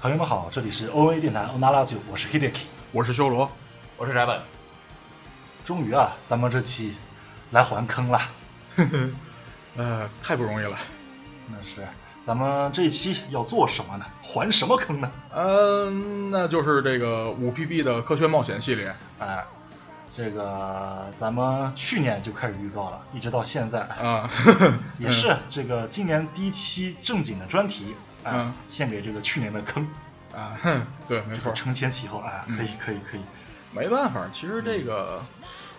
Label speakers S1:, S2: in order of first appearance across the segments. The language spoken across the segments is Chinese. S1: 朋友们好，这里是 ONA 电台 ONA 拉九，我是 Hideki。
S2: 我是修罗，
S3: 我是宅本，
S1: 终于啊，咱们这期来还坑了。
S2: 呃，太不容易了。
S1: 那是，咱们这一期要做什么呢？还什么坑呢？
S2: 嗯、那就是这个五 PB 的科学冒险系列
S1: 哎，这个咱们去年就开始预告了，一直到现在，
S2: 啊，
S1: 也是这个今年第一期正经的专题，哎
S2: 嗯
S1: 献给这个去年的坑，
S2: 啊，哼，对，没错，
S1: 承前启后，哎，可以，可以，可以，
S2: 没办法。其实这个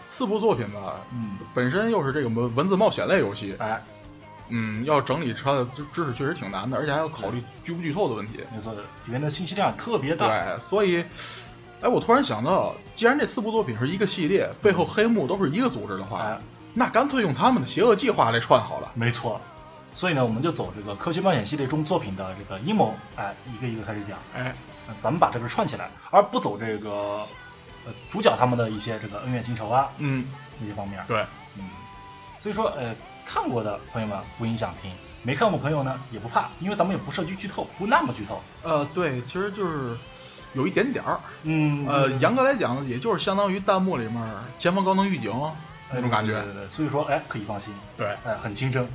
S2: 四部作品吧，
S1: 嗯，
S2: 本身又是这个文文字冒险类游戏，
S1: 哎，
S2: 嗯，要整理它的知知识确实挺难的，而且还要考虑剧不剧透的问题。
S1: 没错，里面的信息量特别大，
S2: 对，所以，哎，我突然想到，既然这四部作品是一个系列，背后黑幕都是一个组织的话，
S1: 哎，
S2: 那干脆用他们的邪恶计划来串好了。
S1: 没错。所以呢，我们就走这个科学冒险系列中作品的这个阴谋，哎，一个一个开始讲。
S2: 哎，
S1: 呃咱们把这个串起来，而不走这个呃主角他们的一些这个恩怨情仇啊
S2: 嗯，
S1: 那些方面。
S2: 对，
S1: 嗯，所以说呃看过的朋友们不影响听，没看过朋友呢也不怕，因为咱们也不涉及剧透，不那么剧透。
S2: 呃，对，其实就是有一点点儿，
S1: 嗯，
S2: 呃，严格来讲，也就是相当于弹幕里面儿前方高能预警那种感觉
S1: 哎对。对对对，所以说哎可以放心，
S2: 对，
S1: 哎很清 蒸。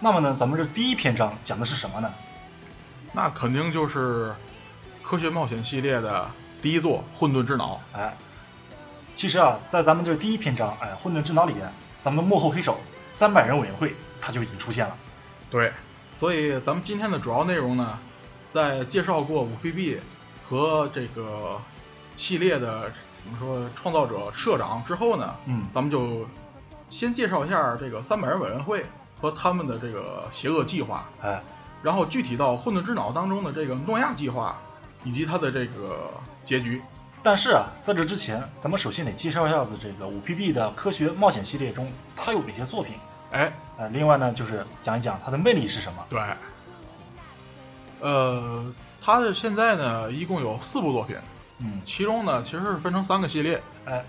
S1: 那么呢，咱们这第一篇章讲的是什么呢？
S2: 那肯定就是科学冒险系列的第一作《混沌之脑
S1: 哎，其实啊，在咱们这第一篇章，哎，《混沌之脑》里边，咱们的幕后黑手三百人委员会，他就已经出现了。》。
S2: 对，所以咱们今天的主要内容呢，在介绍过五 PB 和这个系列的怎么说创造者社长之后呢，
S1: 嗯，
S2: 咱们就先介绍一下这个三百人委员会和他们的这个邪恶计划。
S1: 哎，
S2: 然后具体到《混沌之脑》当中的这个诺亚计划，以及它的这个结局。
S1: 但是啊，在这之前，咱们首先得介绍一下子这个五 PB 的科学冒险系列中，它有哪些作品？
S2: 哎，
S1: 呃，另外呢，就是讲一讲它的魅力是什么。
S2: 对，呃，它的现在呢一共有四部作品，
S1: 嗯，
S2: 其中呢其实是分成三个系列。
S1: 哎，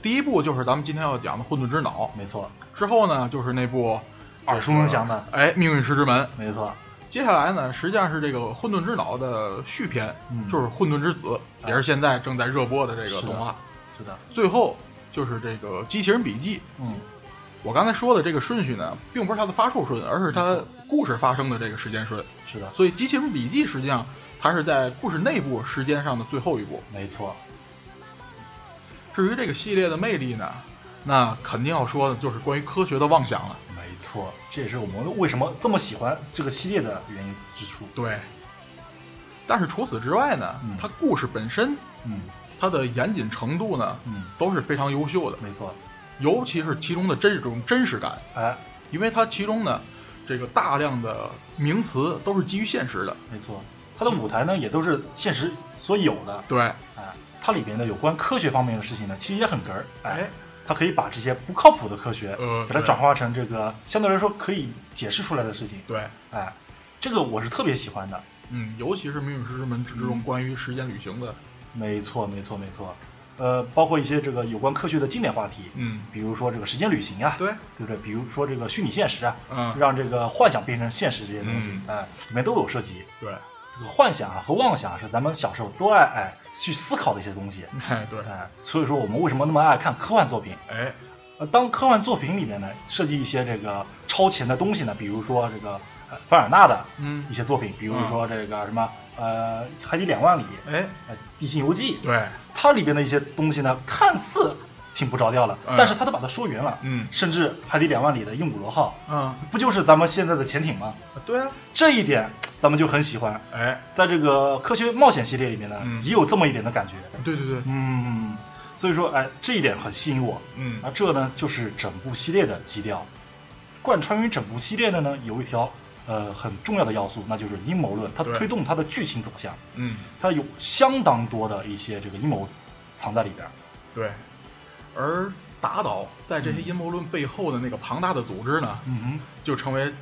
S2: 第一部就是咱们今天要讲的《混沌之脑
S1: 没错，》，
S2: 之后呢就是那部
S1: 耳熟能详的，
S2: 哎《命运石之门》，
S1: 没错，
S2: 接下来呢实际上是这个《混沌之脑》的续篇，
S1: 嗯
S2: 就是《混沌之子》，也是现在正在热播的这个
S1: 是的
S2: 动画。
S1: 是的，
S2: 最后就是这个《机器人笔记》，
S1: 嗯，
S2: 我刚才说的这个顺序呢，并不是它的发售顺，而是它
S1: 没错
S2: 故事发生的这个时间顺。
S1: 是的，
S2: 所以《机器人笔记》实际上它是在故事内部时间上的最后一步。
S1: 没错，
S2: 至于这个系列的魅力呢，那肯定要说的就是关于科学的妄想了。
S1: 没错，这也是我们为什么这么喜欢这个系列的原因之处。
S2: 对。但是除此之外呢
S1: 嗯，
S2: 它故事本身
S1: 嗯
S2: 它的严谨程度呢
S1: 嗯，
S2: 都是非常优秀的，
S1: 没错，
S2: 尤其是其中的这种真实感，
S1: 哎，
S2: 因为它其中呢这个大量的名词都是基于现实的。
S1: 没错，它的舞台呢也都是现实所有的，
S2: 对，
S1: 哎，它里边的有关科学方面的事情呢，其实也很哏儿，哎
S2: 哎，
S1: 它可以把这些不靠谱的科学，
S2: 呃
S1: 给它
S2: 对
S1: 转化成这个相对来说可以解释出来的事情，
S2: 对，
S1: 哎，这个我是特别喜欢的，
S2: 嗯，尤其是《命运石之门》之中关于时间旅行的，
S1: 没错，没错，没错，呃，包括一些这个有关科学的经典话题，
S2: 嗯，
S1: 比如说这个时间旅行啊，
S2: 对，
S1: 对不对？比如说这个虚拟现实啊，
S2: 嗯，
S1: 让这个幻想变成现实这些东西，
S2: 嗯
S1: 哎，里面都有涉及。
S2: 对，
S1: 这个幻想啊和妄想是咱们小时候都爱哎去思考的一些东西，
S2: 哎，对，
S1: 哎，所以说我们为什么那么爱看科幻作品？
S2: 哎，
S1: 呃，当科幻作品里面呢，设计一些这个超前的东西呢，比如说这个呃凡尔纳的
S2: 嗯
S1: 一，些作品，比如说这个什么呃《海底两万里》
S2: 哎，
S1: 呃《地心游记》，
S2: 对，啊
S1: 它里边的一些东西呢，看似挺不着调的，
S2: 嗯
S1: 但是它都把它说圆了。
S2: 嗯，
S1: 甚至《海底两万里》的鹦鹉螺号，
S2: 嗯，
S1: 不就是咱们现在的潜艇吗？
S2: 对啊，
S1: 这一点咱们就很喜欢，
S2: 哎，
S1: 在这个科学冒险系列里面呢，
S2: 嗯
S1: 也有这么一点的感觉。
S2: 对对对，
S1: 嗯，所以说，哎，这一点很吸引我。
S2: 嗯，
S1: 啊，这呢就是整部系列的基调。贯穿于整部系列的呢，有一条呃很重要的要素，那就是阴谋论，它
S2: 对
S1: 推动它的剧情走向，
S2: 嗯，
S1: 它有相当多的一些这个阴谋藏在里边儿。
S2: 对。而打倒在这些阴谋论背后的那个庞大的组织呢，
S1: 嗯
S2: 就成为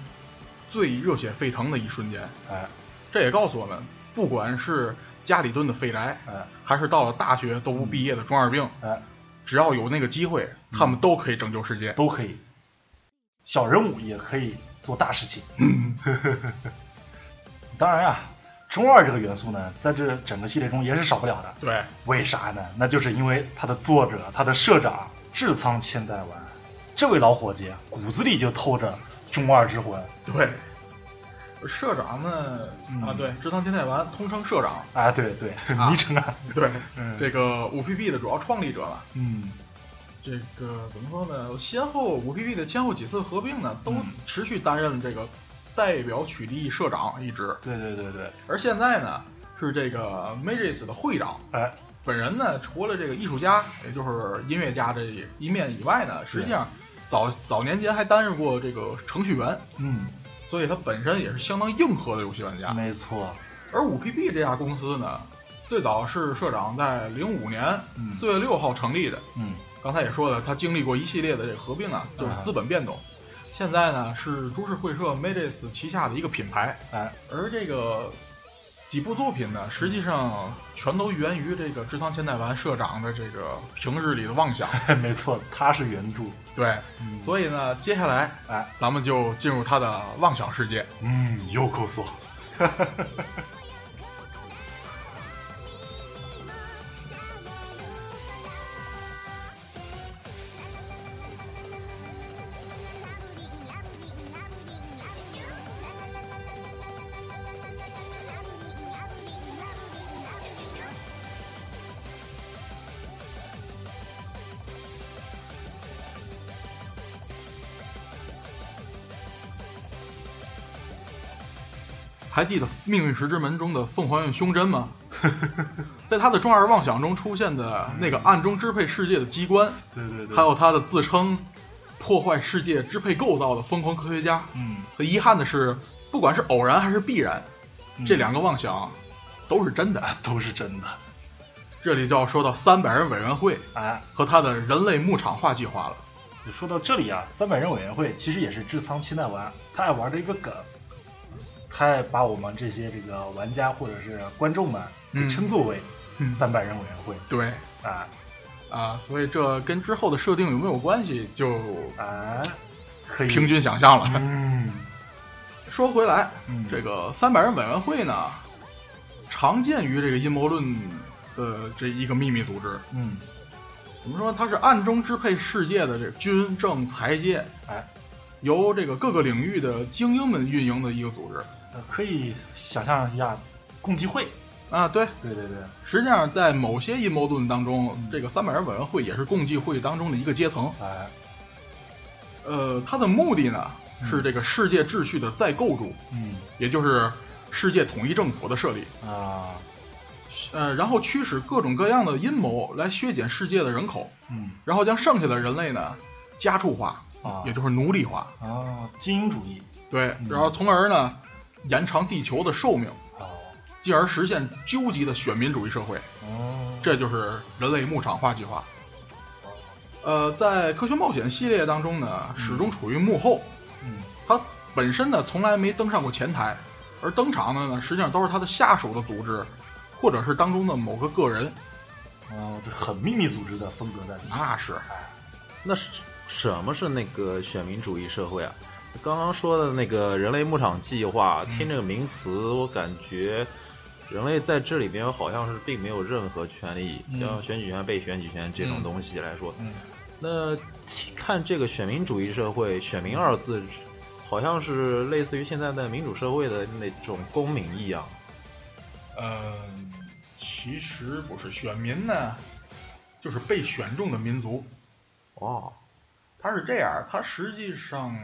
S2: 最热血沸腾的一瞬间。
S1: 哼，哎
S2: 这也告诉我们，不管是家里蹲的废宅，
S1: 哎
S2: 还是到了大学都不毕业的中二病，
S1: 哎，
S2: 嗯只要有那个机会，他们都可以拯救世界。
S1: 都可以。小人物也可以做大事情。当然啊，中二这个元素呢，在这整个系列中也是少不了的。
S2: 对，
S1: 为啥呢？那就是因为他的作者，他的社长志仓千代丸，这位老伙计啊骨子里就透着中二之魂。
S2: 对，社长呢、
S1: 嗯
S2: 啊，对，职堂千代丸通称社长，
S1: 啊，对 对，
S2: 啊
S1: 昵称啊，
S2: 对，
S1: 嗯
S2: 这个五 PB 的主要创立者了。
S1: 嗯
S2: 这个怎么说呢？先后五 PB 的先后几次合并呢，都
S1: 嗯
S2: 持续担任这个代表曲力社长一职，
S1: 对对对对，
S2: 而现在呢是这个 Magis 的会长。
S1: 哎，
S2: 本人呢，除了这个艺术家，也就是音乐家这一面以外呢，实际上早早年间还担任过这个程序员，
S1: 嗯，
S2: 所以他本身也是相当硬核的游戏玩家。
S1: 没错，
S2: 而五 PB 这家公司呢，最早是社长在零五年
S1: 嗯
S2: 四月六号成立的。
S1: 嗯
S2: 刚才也说了，他经历过一系列的这个合并啊，就是资本变动。现在呢是株式会社 Magis 旗下的一个品牌，
S1: 哎，
S2: 而这个几部作品呢，实际上全都源于这个直堂千代丸社长的这个平日里的 妄想。
S1: 没错，他是原著，
S2: 对，
S1: 嗯
S2: 所以呢，接下来
S1: 哎，
S2: 咱们就进入他的妄想世界。
S1: 嗯，有口说，
S2: 还记得《命运石之门》中的凤凰院胸针吗？ 在他的中二妄想中出现的那个暗中支配世界的机关，
S1: 对对对，
S2: 还有他的自称破坏世界支配构造的疯狂科学家。
S1: 嗯，
S2: 很遗憾的是，不管是偶然还是必然，
S1: 嗯啊
S2: 这两个妄想都是真的。
S1: 都是真的，
S2: 这里就要说到三百人委员会
S1: 哎。
S2: 和他的人类牧场化计划了。
S1: 说到这里啊，三百人委员会其实也是志仓千代丸他爱玩的一个梗，他爱把我们这些这个玩家或者是观众们
S2: 嗯
S1: 给称作为
S2: 嗯
S1: 三百人委员会
S2: 对
S1: 啊
S2: 啊，所以这跟之后的设定有没有关系，就
S1: 啊，可以
S2: 平，均想象了。
S1: 嗯
S2: 说回来，
S1: 嗯，
S2: 这个三百人委员会呢，常见于这个阴谋论的这一个秘密组织。
S1: 嗯
S2: 怎么说？它是暗中支配世界的这军政财界，
S1: 哎，
S2: 由这个各个领域的精英们运营的一个组织。
S1: 呃可以想象一下共济会，
S2: 啊，对，
S1: 对对对，
S2: 实际上在某些阴谋论当中，这个三百人委员会也是共济会当中的一个阶层。
S1: 哎
S2: 呃，它的目的呢
S1: 嗯
S2: 是这个世界秩序的再构筑，
S1: 嗯
S2: 也就是世界统一政府的设立。
S1: 啊
S2: 呃，然后驱使各种各样的阴谋来削减世界的人口，
S1: 嗯
S2: 然后将剩下的人类呢家畜化，
S1: 啊
S2: 也就是奴隶化。
S1: 啊精英主义
S2: 对
S1: 嗯，
S2: 然后从而呢延长地球的寿命，
S1: 哦
S2: 进而实现究极的选民主义社会。
S1: 哦
S2: 这就是人类牧场化计划。呃，在科学冒险系列当中呢，始终处于幕后，
S1: 嗯
S2: 它本身呢从来没登上过前台，而登场的呢实际上都是它的下属的组织，或者是当中的某个个人。
S1: 哦这很秘密组织的风格在里面，哎
S2: 那是
S3: 那是什么是那个选民主义社会啊？刚刚说的那个人类牧场计划，
S2: 嗯
S3: 听这个名词，我感觉人类在这里边好像是并没有任何权利，
S1: 嗯
S3: 像选举权、被选举权这种
S2: 嗯
S3: 东西来说。
S1: 嗯
S3: 那看这个选民主义社会，“选民”二字，好像是类似于现在的民主社会的那种公民一样。
S2: 呃，其实不是选民呢，就是被选中的民族。
S3: 哦，
S2: 它是这样，它实际上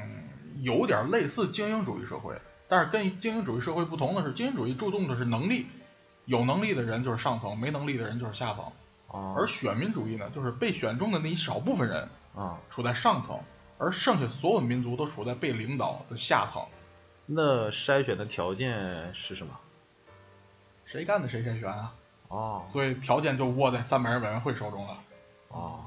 S2: 有点类似精英主义社会，但是跟精英主义社会不同的是，精英主义注重的是能力，有能力的人就是上层，没能力的人就是下层。
S3: 哦，
S2: 而选民主义呢，就是被选中的那一少部分人
S3: 啊、
S2: 处在上层，而剩下所有民族都处在被领导的下层，
S3: 那筛选的条件是什么？
S2: 谁干的谁筛选啊，
S3: 哦，
S2: 所以条件就握在三百人委员会手中了。
S3: 哦，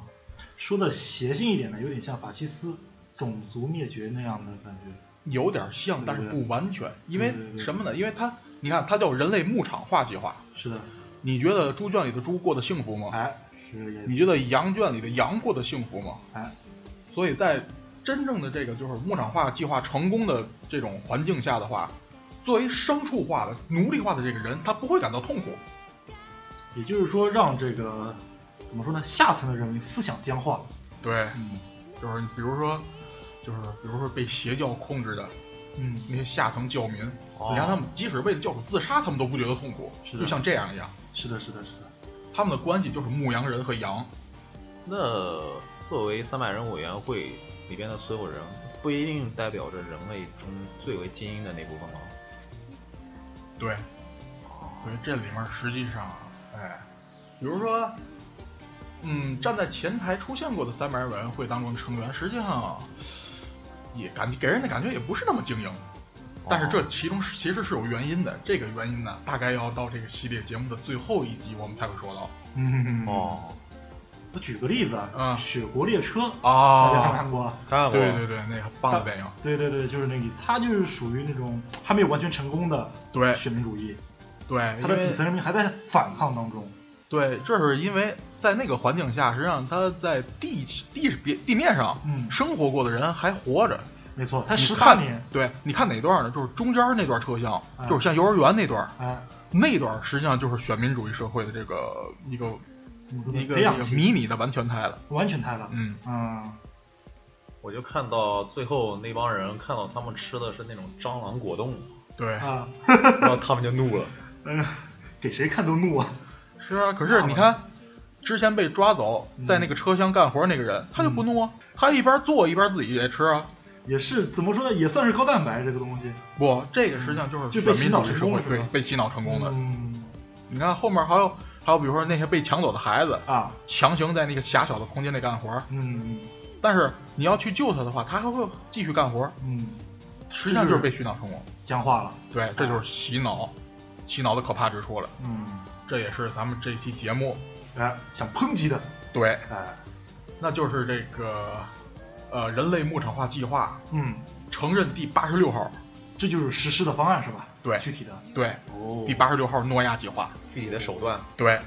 S1: 说的邪性一点呢，有点像法西斯种族灭绝那样的感觉。
S2: 有点像，但是不完全，因为
S1: 对对对
S2: 什么呢？因为它，你看，它叫人类牧场化计划。
S1: 是的，
S2: 你觉得猪圈里的猪过得幸福吗？
S1: 哎，是也
S2: 你觉得羊圈里的羊过得幸福吗？
S1: 哎，
S2: 所以在真正的这个就是牧场化计划成功的这种环境下的话，作为牲畜化的奴隶化的这个人，他不会感到痛苦。
S1: 也就是说，让这个怎么说呢，下层的人民思想僵化了。
S2: 对，
S1: 嗯
S2: 就是比如说，就是比如说被邪教控制的
S1: 嗯，
S2: 那些下层教民，
S3: 哦
S2: 你看他们即使为了教主自杀，他们都不觉得痛苦，
S1: 是的
S2: 就像这样一样，
S1: 是的，是的，是的。
S2: 他们的关系就是牧羊人和羊。
S3: 那作为三百人委员会里边的所有人，不一定代表着人类中最为精英的那部分吗？
S2: 对，所以这里面实际上，哎，比如说，嗯，站在前台出现过的三百人委员会当中的成员，实际上也感给人的感觉也不是那么精英。
S1: 哦
S2: 但是这其中是其实是有原因的，这个原因呢，大概要到这个系列节目的最后一集我们才会说到。
S1: 嗯，
S3: 哦，
S1: 我举个例子啊，
S2: 嗯
S1: 雪国列车》大家看没
S2: 啊，
S1: 看过？
S3: 看过，
S2: 对对对，那个棒的电影，
S1: 对对对，就是那个意思，他就是属于那种还没有完全成功的
S2: 对
S1: 选民主义，
S2: 对，
S1: 他
S2: 因
S1: 的
S2: 为
S1: 底层人民还在反抗当中。
S2: 对，这是因为在那个环境下，实际上他在地地地地面上
S1: 嗯，
S2: 生活过的人还活着，
S1: 没错，他
S2: 你
S1: 十八
S2: 看
S1: 年，
S2: 对，你看哪段呢？就是中间那段车厢，
S1: 嗯
S2: 就是像幼儿园那段，
S1: 哎，
S2: 那段实际上就是选民主义社会的这个一个
S1: 怎么说呢？
S2: 一个
S1: 培
S2: 一
S1: 养
S2: 个
S1: 起
S2: 迷你的完全态了。
S1: 完全态了。
S2: 嗯，
S1: 嗯，
S3: 我就看到最后那帮人看到他们吃的是那种蟑螂果冻，
S2: 对，
S1: 啊，
S3: 然后他们就怒了。
S1: 嗯，给谁看都怒啊。
S2: 是啊。可是你看，之前被抓走
S1: 嗯
S2: 在那个车厢干活那个人，他就不怒啊，他一边做一边自己也吃啊。
S1: 也是怎么说呢？也算是高蛋白这个东西。
S2: 不，这个实际上就是
S1: 嗯就被洗
S2: 选
S1: 脑
S2: 民主义
S1: 成功
S2: 社会
S1: 了是
S2: 对
S1: 吧
S2: 被洗脑成功的。
S1: 嗯
S2: 你看后面还有还有，比如说那些被抢走的孩子，
S1: 啊，
S2: 强行在那个狭小的空间内干活，
S1: 嗯
S2: 但是你要去救他的话，他还会继续干活，
S1: 嗯，
S2: 实际上就是被洗脑成功。
S1: 僵化了。
S2: 对，这就是洗脑，洗脑的可怕之处了。
S1: 嗯，
S2: 这也是咱们这期节目，
S1: 哎，想抨击的，
S2: 对，
S1: 哎，
S2: 那就是这个，呃，人类牧场化计划
S1: 嗯，
S2: 承认第八十六号，
S1: 这就是实施的方案是吧？
S2: 对
S1: 具体的。
S2: 对，
S1: 哦
S2: 第八十六号诺亚计划，
S3: 具体的手段，
S2: 对。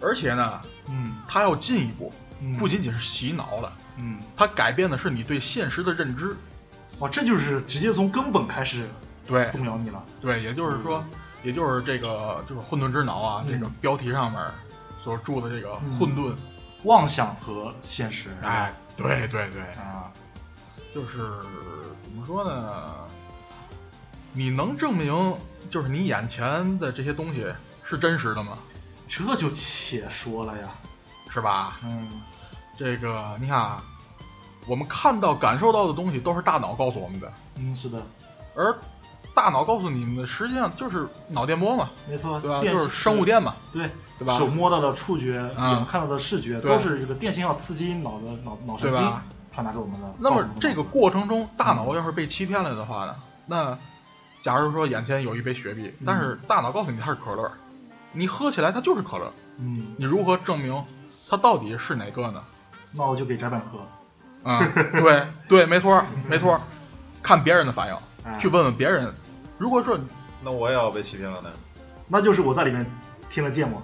S2: 而且呢，
S1: 嗯，
S2: 它要进一步，
S1: 嗯
S2: 不仅仅是洗脑了，
S1: 嗯，
S2: 它改变的是你对现实的认知。
S1: 哇，这就是直接从根本开始
S2: 对
S1: 动摇你了。
S2: 对，也就是说，也就是这个就是混沌之脑啊，
S1: 嗯
S2: 这个标题上面所注的这个
S1: 嗯
S2: 混沌，
S1: 妄想和现实，
S2: 哎，对对对，
S1: 啊，
S2: 就是怎么说呢？你能证明就是你眼前的这些东西是真实的吗？
S1: 这就且说了呀。
S2: 是吧？
S1: 嗯，
S2: 这个你看，啊，我们看到、感受到的东西都是大脑告诉我们的，
S1: 嗯，是的，
S2: 而大脑告诉你们的实际上就是脑电波嘛，
S1: 没错，
S2: 对吧？啊
S1: 电
S2: 就是生物
S1: 电，
S2: 电嘛，
S1: 对
S2: 对吧
S1: 手摸到的触觉，
S2: 嗯
S1: 眼看到的视觉，
S2: 对
S1: 都是这个电信要刺激脑的脑脑神
S2: 对
S1: 经
S2: 吧
S1: 传达给我们的。
S2: 那
S1: 告诉
S2: 么
S1: 我们的
S2: 这个过程中，大脑要是被欺骗了的话呢？那假如说眼前有一杯雪碧，但是大脑告诉你它是可乐，你喝起来它就是可乐，
S1: 嗯，
S2: 你如何证明它到底是哪个呢？
S1: 那我就给翟本喝。
S2: 嗯，对对，没错没错，看别人的反应，
S1: 哎
S2: 去问问别人。如果说
S3: 那我也要被欺骗了呢？
S1: 那就是我在里面添了芥 末。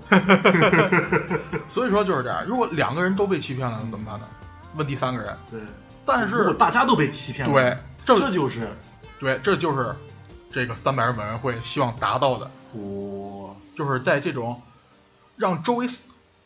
S2: 所以说就是这样，如果两个人都被欺骗了，那怎么办呢？问第三个人。
S1: 对，
S2: 但
S1: 如果
S2: 是
S1: 大家都被欺骗了，
S2: 对，
S1: 这
S2: 这
S1: 就是
S2: 对这就是这个三百人委员会希望达到的，
S1: 我
S2: 就是在这种让周围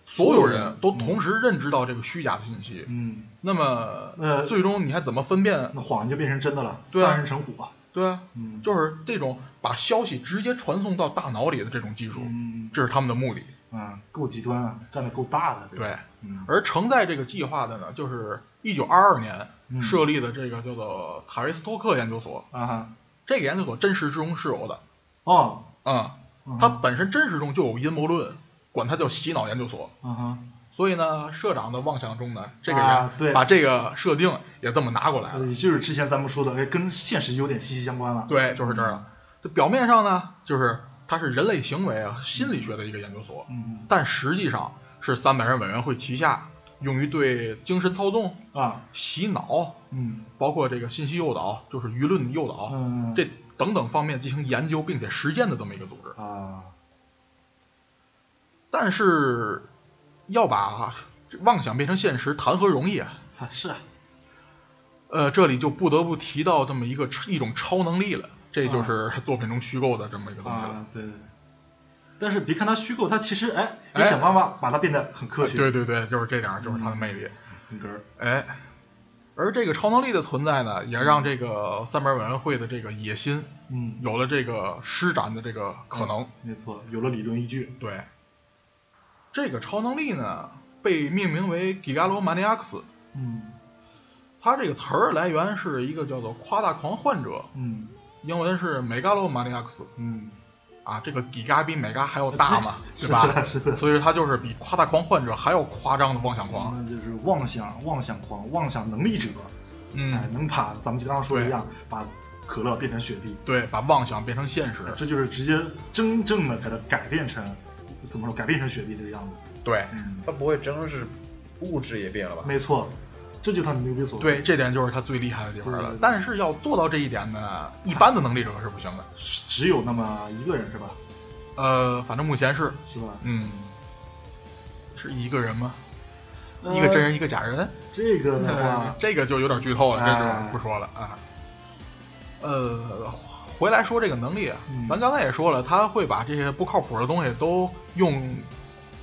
S2: 所有人都
S1: 嗯
S2: 同时认知到这个虚假的信息，
S1: 嗯，
S2: 那么
S1: 呃
S2: 最终你还怎么分辨？
S1: 那谎就变成真的了，
S2: 对啊
S1: 三人成虎啊。
S2: 对啊，
S1: 嗯，
S2: 就是这种把消息直接传送到大脑里的这种技术，
S1: 嗯
S2: 这是他们的目的。
S1: 嗯，够极端啊，干的够大的。这个，
S2: 对，
S1: 嗯，
S2: 而承载这个计划的呢，就是一九二二年
S1: 嗯
S2: 设立的这个叫做塔瑞斯托克研究所。
S1: 啊哈，
S2: 这个研究所真实之中是有的，
S1: 哦，
S2: 啊、
S1: 嗯
S2: 它本身真实中就有阴谋论，管它叫洗脑研究所。
S1: 嗯哼，
S2: 所以呢，社长的妄想中呢，这个人、
S1: 啊对
S2: 把这个设定也这么拿过来
S1: 呃
S2: 了。
S1: 也就是之前咱们说的，哎，跟现实有点息息相关了。
S2: 对，就是这样。这表面上呢，就是它是人类行为啊心理学的一个研究所，
S1: 嗯，
S2: 但实际上是三百人委员会旗下用于对精神操纵、
S1: 嗯啊，
S2: 洗脑，
S1: 嗯
S2: 包括这个信息诱导，就是舆论诱导，
S1: 嗯，
S2: 这等等方面进行研究并且实践的这么一个组织。
S1: 啊，
S2: 但是要把妄想变成现实，谈何容易啊！
S1: 啊是啊，
S2: 呃，这里就不得不提到这么一个一种超能力了，这就是作品中虚构的这么一个东西了。
S1: 啊，对对对。但是别看它虚构，它其实哎，也
S2: 哎
S1: 想办法把它变得很科学。
S2: 对对对，就是这点儿，就是它的魅力。
S1: 很哏儿。
S2: 哎，而这个超能力的存在呢，也让这个三门委员会的这个野心
S1: 嗯，
S2: 有了这个施展的这个可能。
S1: 没错，有了理论依据。
S2: 对，这个超能力呢，被命名为 Gigalomaniacs。
S1: 嗯
S2: 它这个词儿来源是一个叫做夸大狂患者，
S1: 嗯
S2: 英文是 Megalomaniacs
S1: 嗯，
S2: 啊。这个 Giga 比 Mega 还要大嘛，对
S1: 是
S2: 吧
S1: 的？是的。
S2: 所以它就是比夸大狂患者还要夸张的妄想狂。
S1: 那就是妄想妄想狂妄想能力者，哎，
S2: 嗯，
S1: 能把咱们就刚刚说的一样，把可乐变成雪碧，
S2: 对，把妄想变成现实
S1: 哎。这就是直接真正的给它改变成怎么说改变成雪碧这个样子。
S2: 对，
S1: 嗯，
S3: 它不会真是物质也变了吧？
S1: 没错，这就是他的牛逼所在。
S2: 对，这点就是他最厉害的地方
S1: 对对
S2: 了
S1: 对。
S2: 但是要做到这一点呢，一般的能力者是不行的。
S1: 只，只有那么一个人是吧？
S2: 呃，反正目前是，
S1: 是吧？
S2: 嗯，是一个人吗？一个真人，一个假人。
S1: 呃，这个的
S2: 呃
S1: 话，
S2: 这个就有点剧透了，这
S1: 哎
S2: 就不说了啊。呃，回来说这个能力啊
S1: 嗯，
S2: 咱刚才也说了，他会把这些不靠谱的东西都用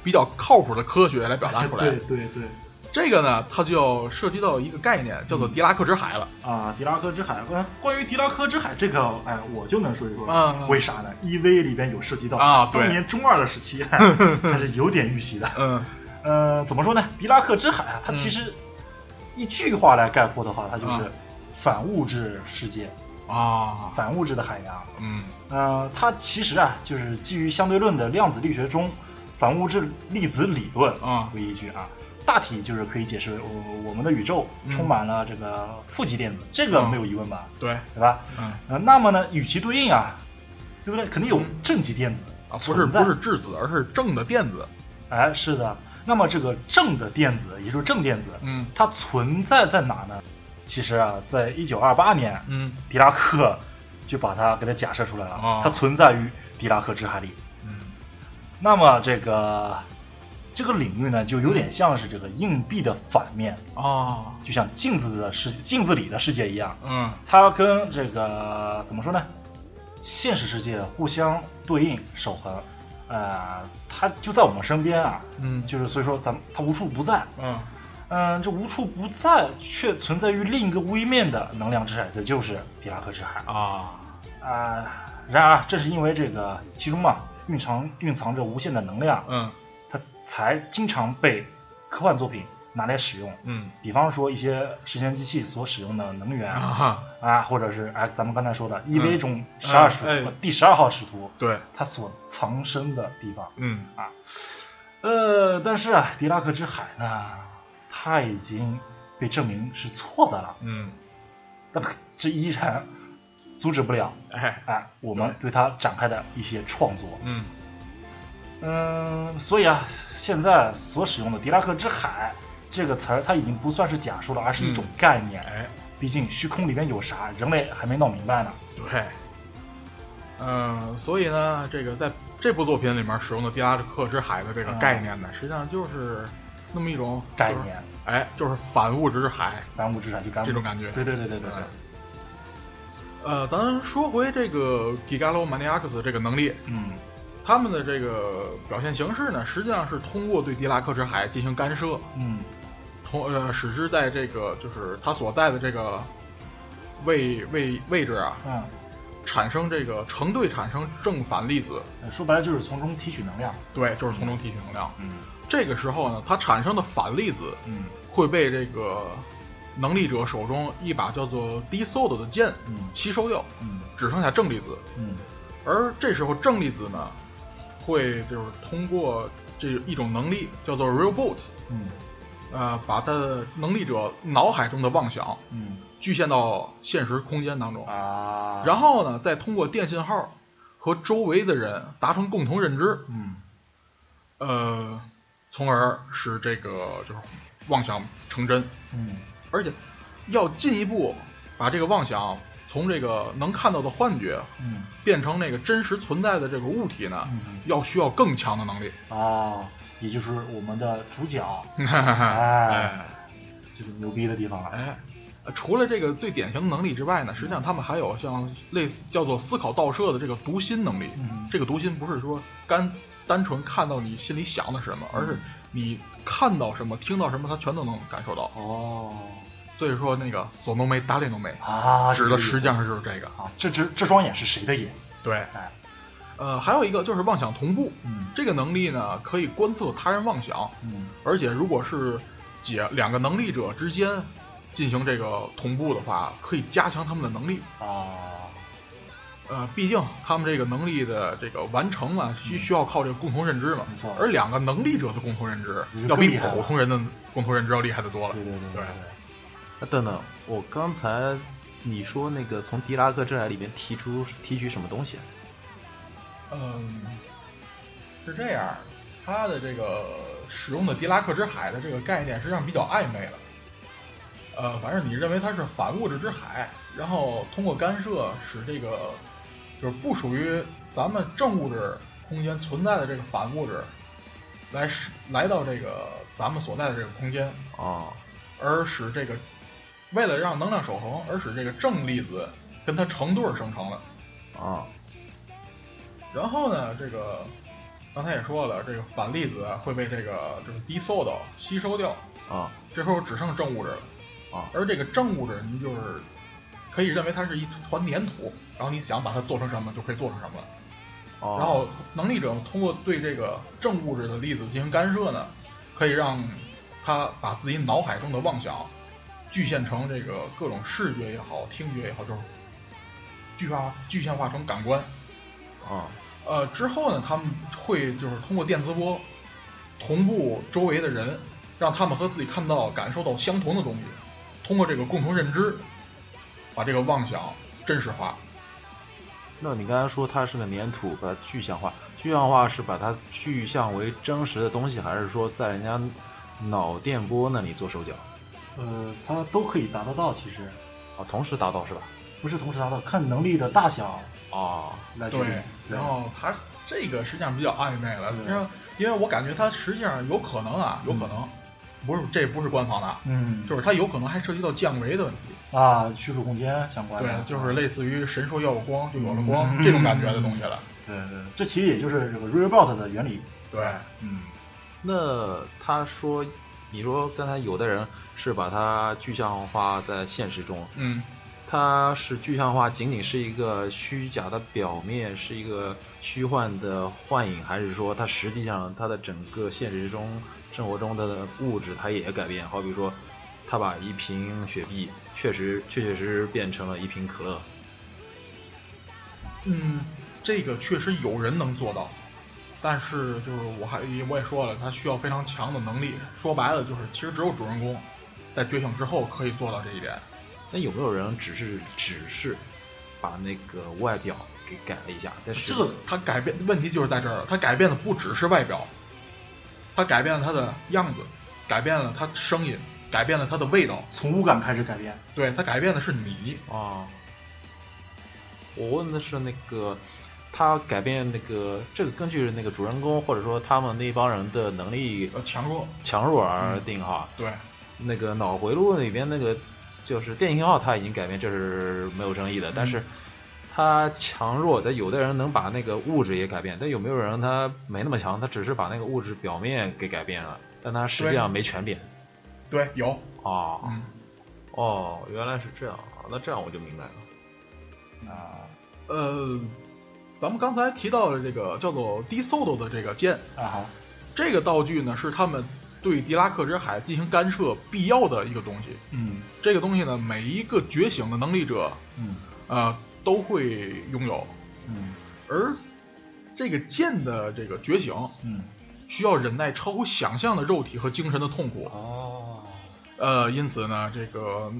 S2: 比较靠谱的科学来表达出来
S1: 对。对对
S2: 这个呢，它就要涉及到一个概念，叫做
S1: 嗯
S2: 狄拉克之海了。
S1: 啊，狄拉克之海。关关于狄拉克之海这个，哎，我就能说一说。
S2: 嗯
S1: 为啥呢？EV 里边有涉及到
S2: 啊对
S1: 当年中二的时 期，还是有点预习的。
S2: 嗯，
S1: 呃，怎么说呢？狄拉克之海啊，它
S2: 嗯
S1: 其实一句话来概括的话，它就是
S2: 啊
S1: 反物质世界、
S2: 啊，
S1: 反物质的海洋。
S2: 嗯，
S1: 呃，它其实啊，就是基于相对论的量子力学中反物质粒子理论
S2: 啊
S1: 为依据啊。大体就是可以解释为呃我我们的宇宙
S2: 嗯
S1: 充满了这个负极电子，这个
S2: 嗯
S1: 没有疑问吧？
S2: 对，
S1: 对吧？
S2: 嗯
S1: 呃，那么呢，与其对应啊，对不对？肯定有
S2: 嗯
S1: 正极电子
S2: 啊，不是
S1: 存在
S2: 不是质子，而是正的电子。
S1: 哎，是的。那么这个正的电子，也就是正电子，
S2: 嗯
S1: 它存在在哪呢？其实啊，在一九二八年，
S2: 嗯
S1: 狄拉克就把它给它假设出来了，
S2: 哦
S1: 它存在于狄拉克之海里。
S2: 嗯
S1: 那么这个这个领域呢，就有点像是这个硬币的反面，
S2: 啊
S1: 就像镜子的世镜子里的世界一样，
S2: 嗯
S1: 它跟这个怎么说呢？现实世界互相对应守恒，呃，它就在我们身边啊，
S2: 嗯
S1: 就是所以说咱们它无处不在，
S2: 嗯
S1: 嗯，这无处不在，却存在于另一个微面的能量之海，也就是狄拉克之海啊。
S2: 啊
S1: 然而，正是因为这个其中嘛，蕴藏蕴藏着无限的能量，
S2: 嗯
S1: 它才经常被科幻作品拿来使用。
S2: 嗯
S1: 比方说一些时间机器所使用的能源
S2: 啊
S1: 啊，
S2: 哈，
S1: 或者是哎，咱们刚才说的
S2: 嗯
S1: EVA 中十二使徒、
S2: 哎
S1: 第十二号使徒，
S2: 对，
S1: 它所藏身的地方。
S2: 嗯
S1: 呃，但是啊，狄拉克之海呢，它已经被证明是错的了，
S2: 嗯，
S1: 但这依然阻止不了
S2: 哎，
S1: 哎，我们对它展开的一些创作。
S2: 嗯
S1: 嗯，所以啊，现在所使用的狄拉克之海这个词儿，它已经不算是假说了，而是一种概念。
S2: 哎，
S1: 毕竟虚空里面有啥，人类还没闹明白呢。
S2: 对，嗯，所以呢，这个在这部作品里面使用的狄拉克之海的这个概念呢，实际上就是那么一种
S1: 嗯概，
S2: 就是
S1: 念，
S2: 哎，就是反物质之海
S1: 反物质海就干
S2: 这种感觉。
S1: 对对对对对对
S2: 嗯，呃，咱说回这个 Gigalomaniacs 这个能力，
S1: 嗯，
S2: 他们的这个表现形式呢，实际上是通过对狄拉克之海进行干涉，
S1: 嗯
S2: 同呃使之在这个就是它所在的这个位位位置啊，
S1: 嗯，
S2: 产生这个成对产生正反粒子，
S1: 说白了就是从中提取能量。
S2: 对，就是从中提取能量。
S1: 嗯
S2: 这个时候呢，它产生的反粒子
S1: 嗯
S2: 会被这个能力者手中一把叫做 d s o d 的剑
S1: 嗯
S2: 吸收掉，
S1: 嗯
S2: 只剩下正粒子。
S1: 嗯
S2: 而这时候正粒子呢，会就是通过这一种能力叫做 Real Boot，
S1: 嗯
S2: 呃，把他的能力者脑海中的妄想
S1: 嗯
S2: 局限到现实空间当中，
S1: 啊，
S2: 然后呢，再通过电信号和周围的人达成共同认知，
S1: 嗯
S2: 呃，从而使这个就是妄想成真，
S1: 嗯
S2: 而且要进一步把这个妄想从这个能看到的幻觉
S1: 嗯
S2: 变成那个真实存在的这个物体呢，
S1: 嗯
S2: 要需要更强的能力。
S1: 啊，也就是我们的主角，
S2: 哎
S1: 哎，这个牛逼的地方了。
S2: 哎，呃除了这个最典型的能力之外呢，实际上他们还有像类似叫做思考倒射的这个读心能力。
S1: 嗯，
S2: 这个读心不是说干单纯看到你心里想的什么，而是你看到什么、听到什么，他全都能感受到。
S1: 哦，
S2: 所以说那个索诺梅达列诺梅
S1: 啊，
S2: 指的
S1: 这个意思
S2: 实际上就是这个。
S1: 啊，这这这双眼是谁的眼？
S2: 对，
S1: 哎，
S2: 呃，还有一个就是妄想同步，
S1: 嗯
S2: 这个能力呢可以观测他人妄想，
S1: 嗯，
S2: 而且如果是解两个能力者之间进行这个同步的话，可以加强他们的能力。
S1: 啊，
S2: 呃，毕竟他们这个能力的这个完成啊，需需要靠这个共同认知嘛。
S1: 没错
S2: 而两个能力者的共同认知
S1: 嗯，
S2: 要比
S1: 更厉害了
S2: 普通人的共同认知要厉害得多了
S1: 对。对对
S2: 对
S1: 对，
S3: 啊等等，我刚才你说那个从狄拉克之海里面提出提取什么东西啊？
S2: 嗯，是这样，它的这个使用的狄拉克之海的这个概念实际上比较暧昧了。呃，反正你认为它是反物质之海，然后通过干涉使这个就是不属于咱们正物质空间存在的这个反物质，来使来到这个咱们所在的这个空间，
S3: 哦，
S2: 而使这个为了让能量守恒，而使这个正粒子跟它成对儿生成了。
S3: 哦，
S2: 然后呢，这个刚才也说了，这个反粒子啊会被这个就是低缩到吸收掉，
S3: 哦，
S2: 这时候只剩正物质了。
S3: 啊
S2: 而这个正物质，你就是可以认为它是一团粘土，然后你想把它做成什么就可以做成什么。
S3: 哦，
S2: 然后能力者通过对这个正物质的粒子进行干涉呢，可以让他把自己脑海中的妄想具现成这个各种视觉也好、听觉也好，就是具化具象化成感官。
S3: 哦，
S2: 呃，之后呢，他们会就是通过电磁波同步周围的人，让他们和自己看到、感受到相同的东西，通过这个共同认知，把这个妄想真实化。
S3: 那你刚才说它是个粘土，把它具象化，具象化是把它具象为真实的东西，还是说在人家脑电波那里做手脚
S1: 呃，它都可以达得到，其实
S3: 啊？同时达到是吧？
S1: 不是同时达到，看能力的大小
S3: 哦，
S1: 来决定
S2: 对，然后他这个实际上比较暧昧了，
S1: 嗯
S2: 然后因为我感觉他实际上有可能啊，有可能，不是这不是官方的啊，
S1: 嗯，
S2: 就是他有可能还涉及到降维的问题，
S1: 啊，叙述空间相关的，啊
S2: 对，就是类似于神说要有光就有了光、
S1: 嗯
S2: 这种感觉的东西了，
S1: 对对对，这其实也就是这个 Railbot 的原理，
S2: 对，
S1: 嗯，
S3: 那他说，你说刚才有的人是把它具象化在现实中，
S2: 嗯，
S3: 它是具象化，仅仅是一个虚假的表面，是一个虚幻的幻影，还是说它实际上它的整个现实中生活中的物质它也改变？好比说，它把一瓶雪碧确实确确实实变成了一瓶可乐。
S2: 嗯，这个确实有人能做到，但是就是我还我也说了，他需要非常强的能力。说白了就是，其实只有主人公在觉醒之后可以做到这一点。
S3: 那有没有人只是只是把那个外表给改了一下？但是
S2: 这个他改变问题就是在这儿了，他改变的不只是外表，他改变了他的样子，改变了他声音，改变了他的味道，
S1: 从五感开始改变，
S2: 对他改变的是你。
S3: 哦，我问的是那个，他改变那个这个根据那个主人公或者说他们那帮人的能力
S2: 呃，强弱，
S3: 强弱而定哈。
S2: 对，
S3: 那个脑回路里边那个就是电信号，它已经改变，这是没有争议的。但是它强弱，但有的人能把那个物质也改变，但有没有人他没那么强，他只是把那个物质表面给改变了，但他实际上没全变。
S2: 对，有，
S3: 哦、
S2: 嗯，
S3: 哦，原来是这样，那这样我就明白了。
S1: 啊
S2: 呃，咱们刚才提到了这个叫做低速度的这个剑，
S1: 啊好，
S2: 这个道具呢是他们对狄拉克之海进行干涉必要的一个东西。
S1: 嗯
S2: 这个东西呢，每一个觉醒的能力者，
S1: 嗯
S2: 呃，都会拥有。
S1: 嗯
S2: 而这个剑的这个觉醒，
S1: 嗯，
S2: 需要忍耐超乎想象的肉体和精神的痛苦。
S1: 哦，
S2: 呃，因此呢，这个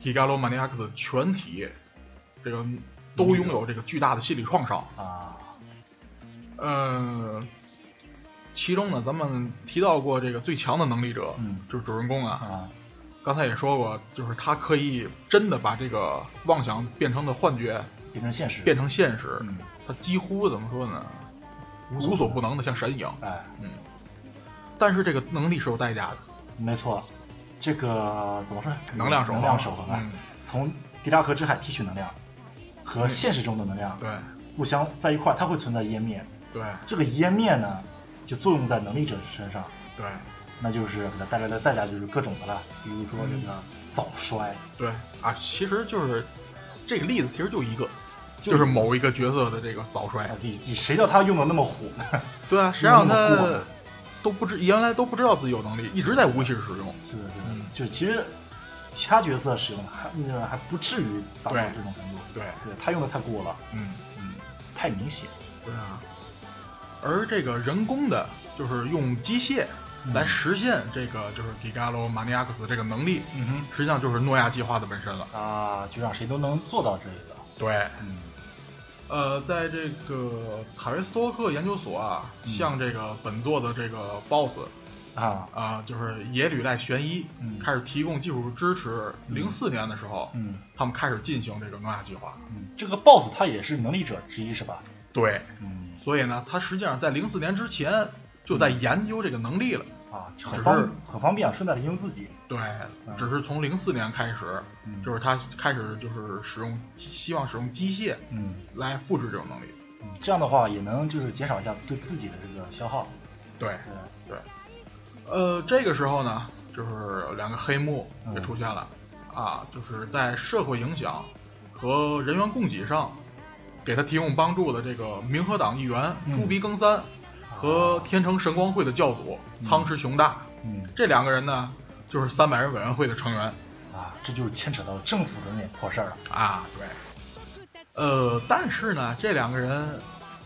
S2: t i g a l o m a n i a c s 全体这个都拥有这个巨大的心理创伤。
S1: 啊，
S2: 呃，其中呢，咱们提到过这个最强的能力者，
S1: 嗯
S2: 就是主人公啊。
S1: 啊
S2: 刚才也说过，就是他可以真的把这个妄想变成的幻觉
S1: 变成现实，
S2: 变成现实，
S1: 嗯
S2: 他几乎怎么说呢，
S1: 无
S2: 无
S1: 所
S2: 所不能的像神一样。
S1: 哎
S2: 嗯，但是这个能力是有代价的，
S1: 没错，这个怎么说？
S2: 能量守恒，
S1: 能量守恒啊，
S2: 嗯，
S1: 从狄拉克之海提取能量和现实中的能量
S2: 对
S1: 互相在一块儿，它会存在湮灭。
S2: 嗯对
S1: 这个湮灭呢，就作用在能力者身上，
S2: 对
S1: 那就是给它带来的代价就是各种的了，比如说这个早衰，
S2: 对啊，其实就是这个例子，其实就一个，就是某一个角色的这个早衰
S1: 啊，，你你谁叫他用的那么 虎呢？
S2: 对啊，谁让
S1: 那么过
S2: 他
S1: 呢
S2: 都不知原来都不知道自己有能力，一直在无形使用，
S1: 是的，是的
S2: 嗯，
S1: 就其实其他角色使用的还呃还不至于达到
S2: 对
S1: 这种程度，
S2: 对，
S1: 对他用的太过了，
S2: 嗯。
S1: 嗯，太明显。
S2: 对啊，而这个人工的，就是用机械来
S1: 嗯
S2: 实现这个就是 Gigalo Maniacs 这个能力，
S1: 嗯
S2: 实际上就是诺亚计划的本身了。
S1: 哼，啊，就让谁都能做到这个，
S2: 对，
S1: 嗯，
S2: 呃，在这个塔维斯托克研究所啊，
S1: 嗯
S2: 向这个本作的这个 BOSS
S1: 啊，
S2: 啊、就是野履带玄一，
S1: 嗯
S2: 开始提供技术支持。
S1: 嗯
S2: 零四年的时候，
S1: 嗯
S2: 他们开始进行这个诺亚计划。
S1: 嗯，这个 BOSS 他也是能力者之一是吧？
S2: 对，
S1: 嗯，
S2: 所以呢，他实际上在零四年之前就在研究这个能力了。
S1: 啊，很
S2: 只
S1: 方
S2: 是
S1: 很方便，啊顺带着用自己，
S2: 对，只是从零四年开始，
S1: 嗯
S2: 就是他开始就是使用，希望使用机械
S1: 嗯
S2: 来复制这种能力。
S1: 嗯，这样的话也能就是减少一下对自己的这个消耗，
S2: 对，
S1: 对，
S2: 呃，这个时候呢，就是两个黑幕
S1: 嗯
S2: 也出现了，啊，就是在社会影响和人员供给上，给他提供帮助的这个民和党议员
S1: 嗯哦
S2: 猪鼻耕三和天成神光会的教主
S1: 嗯
S2: 苍池雄大，
S1: 啊嗯
S2: 这两个人呢，就是三百人委员会的成员。
S1: 啊，这就是牵扯到政府的那点破事儿了，
S2: 啊，对。呃，但是呢，这两个人，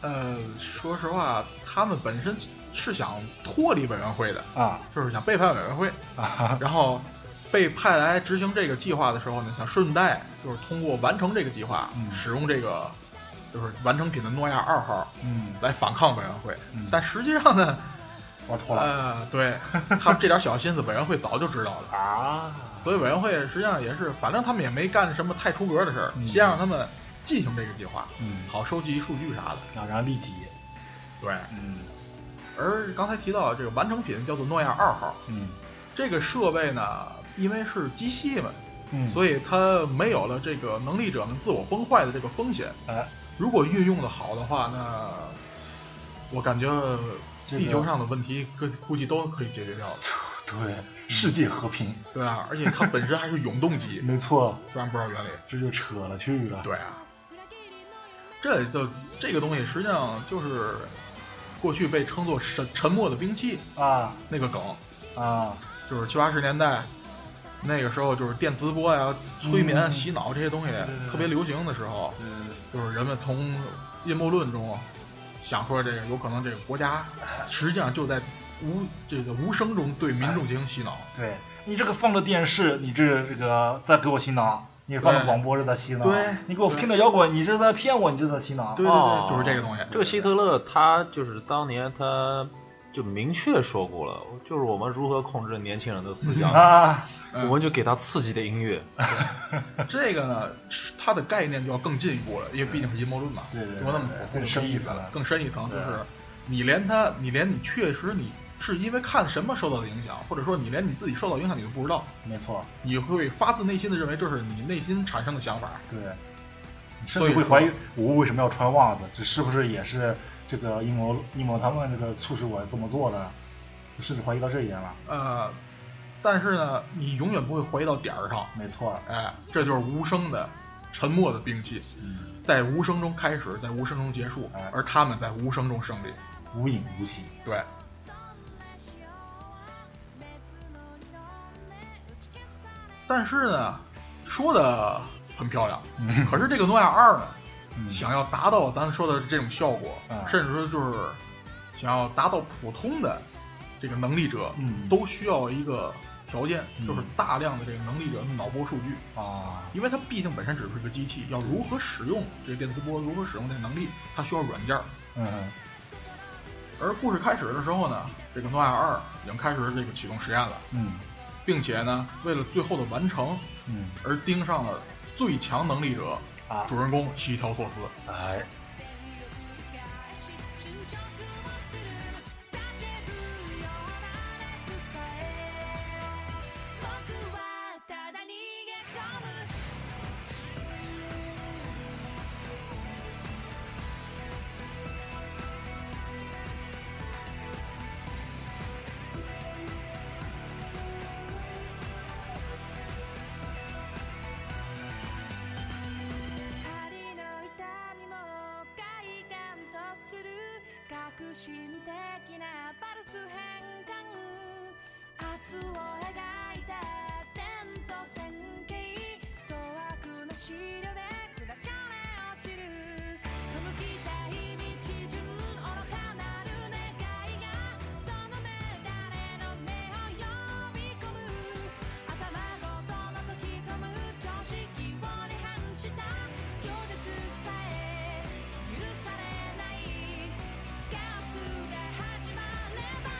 S2: 呃，说实话，他们本身是想脱离委员会的，
S1: 啊
S2: 就是想背叛委员会，
S1: 啊哈哈，
S2: 然后被派来执行这个计划的时候呢，想顺带就是通过完成这个计划，
S1: 嗯
S2: 使用这个就是完成品的诺亚二号
S1: 嗯，
S2: 来反抗委员会。
S1: 嗯
S2: 但实际 上呢，
S1: 玩脱了
S2: 呃，对 他们这点小心思，委员会早就知道了。
S1: 啊，
S2: 所以委员会实际上也是，反正他们也没干什么太出格的事儿，
S1: 嗯
S2: 先让他们进行这个计划，
S1: 嗯，
S2: 好收集数据啥的。
S1: 啊，然后利己，
S2: 对，
S1: 嗯
S2: 而刚才提到这个完成品叫做诺亚二号，
S1: 嗯
S2: 这个设备呢，因为是机器嘛，
S1: 嗯，
S2: 所
S1: 以
S2: 以它没有了这个能力者们自我崩坏的这个风险。
S1: 哎，
S2: 如果运用的好的话，那我感觉
S1: 这个
S2: 地球上的问题估估计都可以解决 掉的。
S1: 对，
S2: 嗯
S1: 世界和平，
S2: 对啊，而且它本身还是永动机，
S1: 没错，
S2: 虽然不知道原理。
S1: 这就扯了去了，
S2: 对啊，这就这个东西实际上就是过去被称作沉沉默的兵器
S1: 啊
S2: 那个梗，
S1: 啊，
S2: 就是七八十年代那个时候，就是电磁波呀、催眠、
S1: 嗯
S2: 洗脑这些东西
S1: 对对对
S2: 特别流行的时候，
S1: 嗯，
S2: 就是人们从阴谋论中想说这个有可能这个国家实际上就在无这个无声中对民众进行洗脑。
S1: 对你这个放着电视，你这这个在给我洗脑。你放着
S2: 对
S1: 广播是在洗脑，
S2: 对
S1: 你给我
S2: 对
S1: 听的摇滚，你这是在骗我，你这是在洗脑。
S2: 对对
S3: 哦
S2: 对，就是这个东西。
S3: 这个希特勒他就是当年他就明确说过了，就是我们如何控制年轻人的思想，
S1: 啊，
S2: 嗯
S3: 我们就给他刺激的音乐。
S2: 这个呢，是它的概念就要更进一步了，因为毕竟是阴谋论嘛，
S1: 对对对
S2: 说那么
S1: 更深一层
S2: 了，更深一层就
S1: 对
S2: 是你连它，你连你确实你是因为看什么受到的影响，或者说你连你自己受到影响你都不知道，
S1: 没错，
S2: 你会发自内心的认为这是你内心产生的想法。
S1: 对，你甚
S2: 所以
S1: 至会
S2: 说
S1: 怀疑我为什么要穿袜子，这是不是也是这个阴谋阴谋他们这个促使我这么做的，甚至怀疑到这一点了。
S2: 呃，但是呢，你永远不会回到点儿上，
S1: 没错，
S2: 哎，这就是无声的、沉默的兵器，
S1: 嗯，
S2: 在无声中开始，在无声中结束
S1: 哎，
S2: 而他们在无声中胜利。
S1: 无影无形，
S2: 对。但是呢，说的很漂亮，
S1: 嗯
S2: 可是这个诺亚二呢，
S1: 嗯
S2: 想要达到咱说的这种效果，
S1: 啊
S2: 甚至说就是想要达到普通的这个能力者，
S1: 嗯
S2: 都需要一个条件，
S1: 嗯
S2: 就是大量的这个能力者的脑波数据，
S1: 啊，
S2: 因为它毕竟本身只是个机器，要如何使用这个电磁波，如何使用这个能力，它需要软件儿。
S1: 嗯
S2: 而故事开始的时候呢，这个诺亚二已经开始这个启动实验了，
S1: 嗯
S2: 并且呢，为了最后的完成
S1: 嗯
S2: 而盯上了最强能力者
S1: 啊，
S2: 主人公西条拓司。
S1: 哎，
S4: 「就職をする叫ぶようなありの痛みも快感とする革新的なパルス変換明日を描いた点と線形粗悪の資料で砕かれ落ちる背きたい道順愚かなる願いがその目誰の目を呼び込む頭ごと覗き込む常識を離反した拒絶さえ許されないカオスが始まれば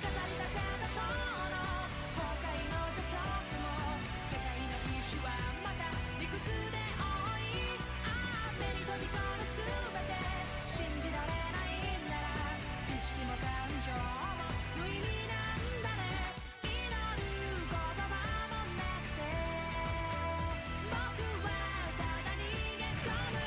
S4: 飾り立てた塔の崩壊の序曲も世界の意志はまた理屈で多い雨に飛び込む全て信じられないんなら意識も感情も無意味なんだね祈る言葉もなくて僕はただ逃げ込む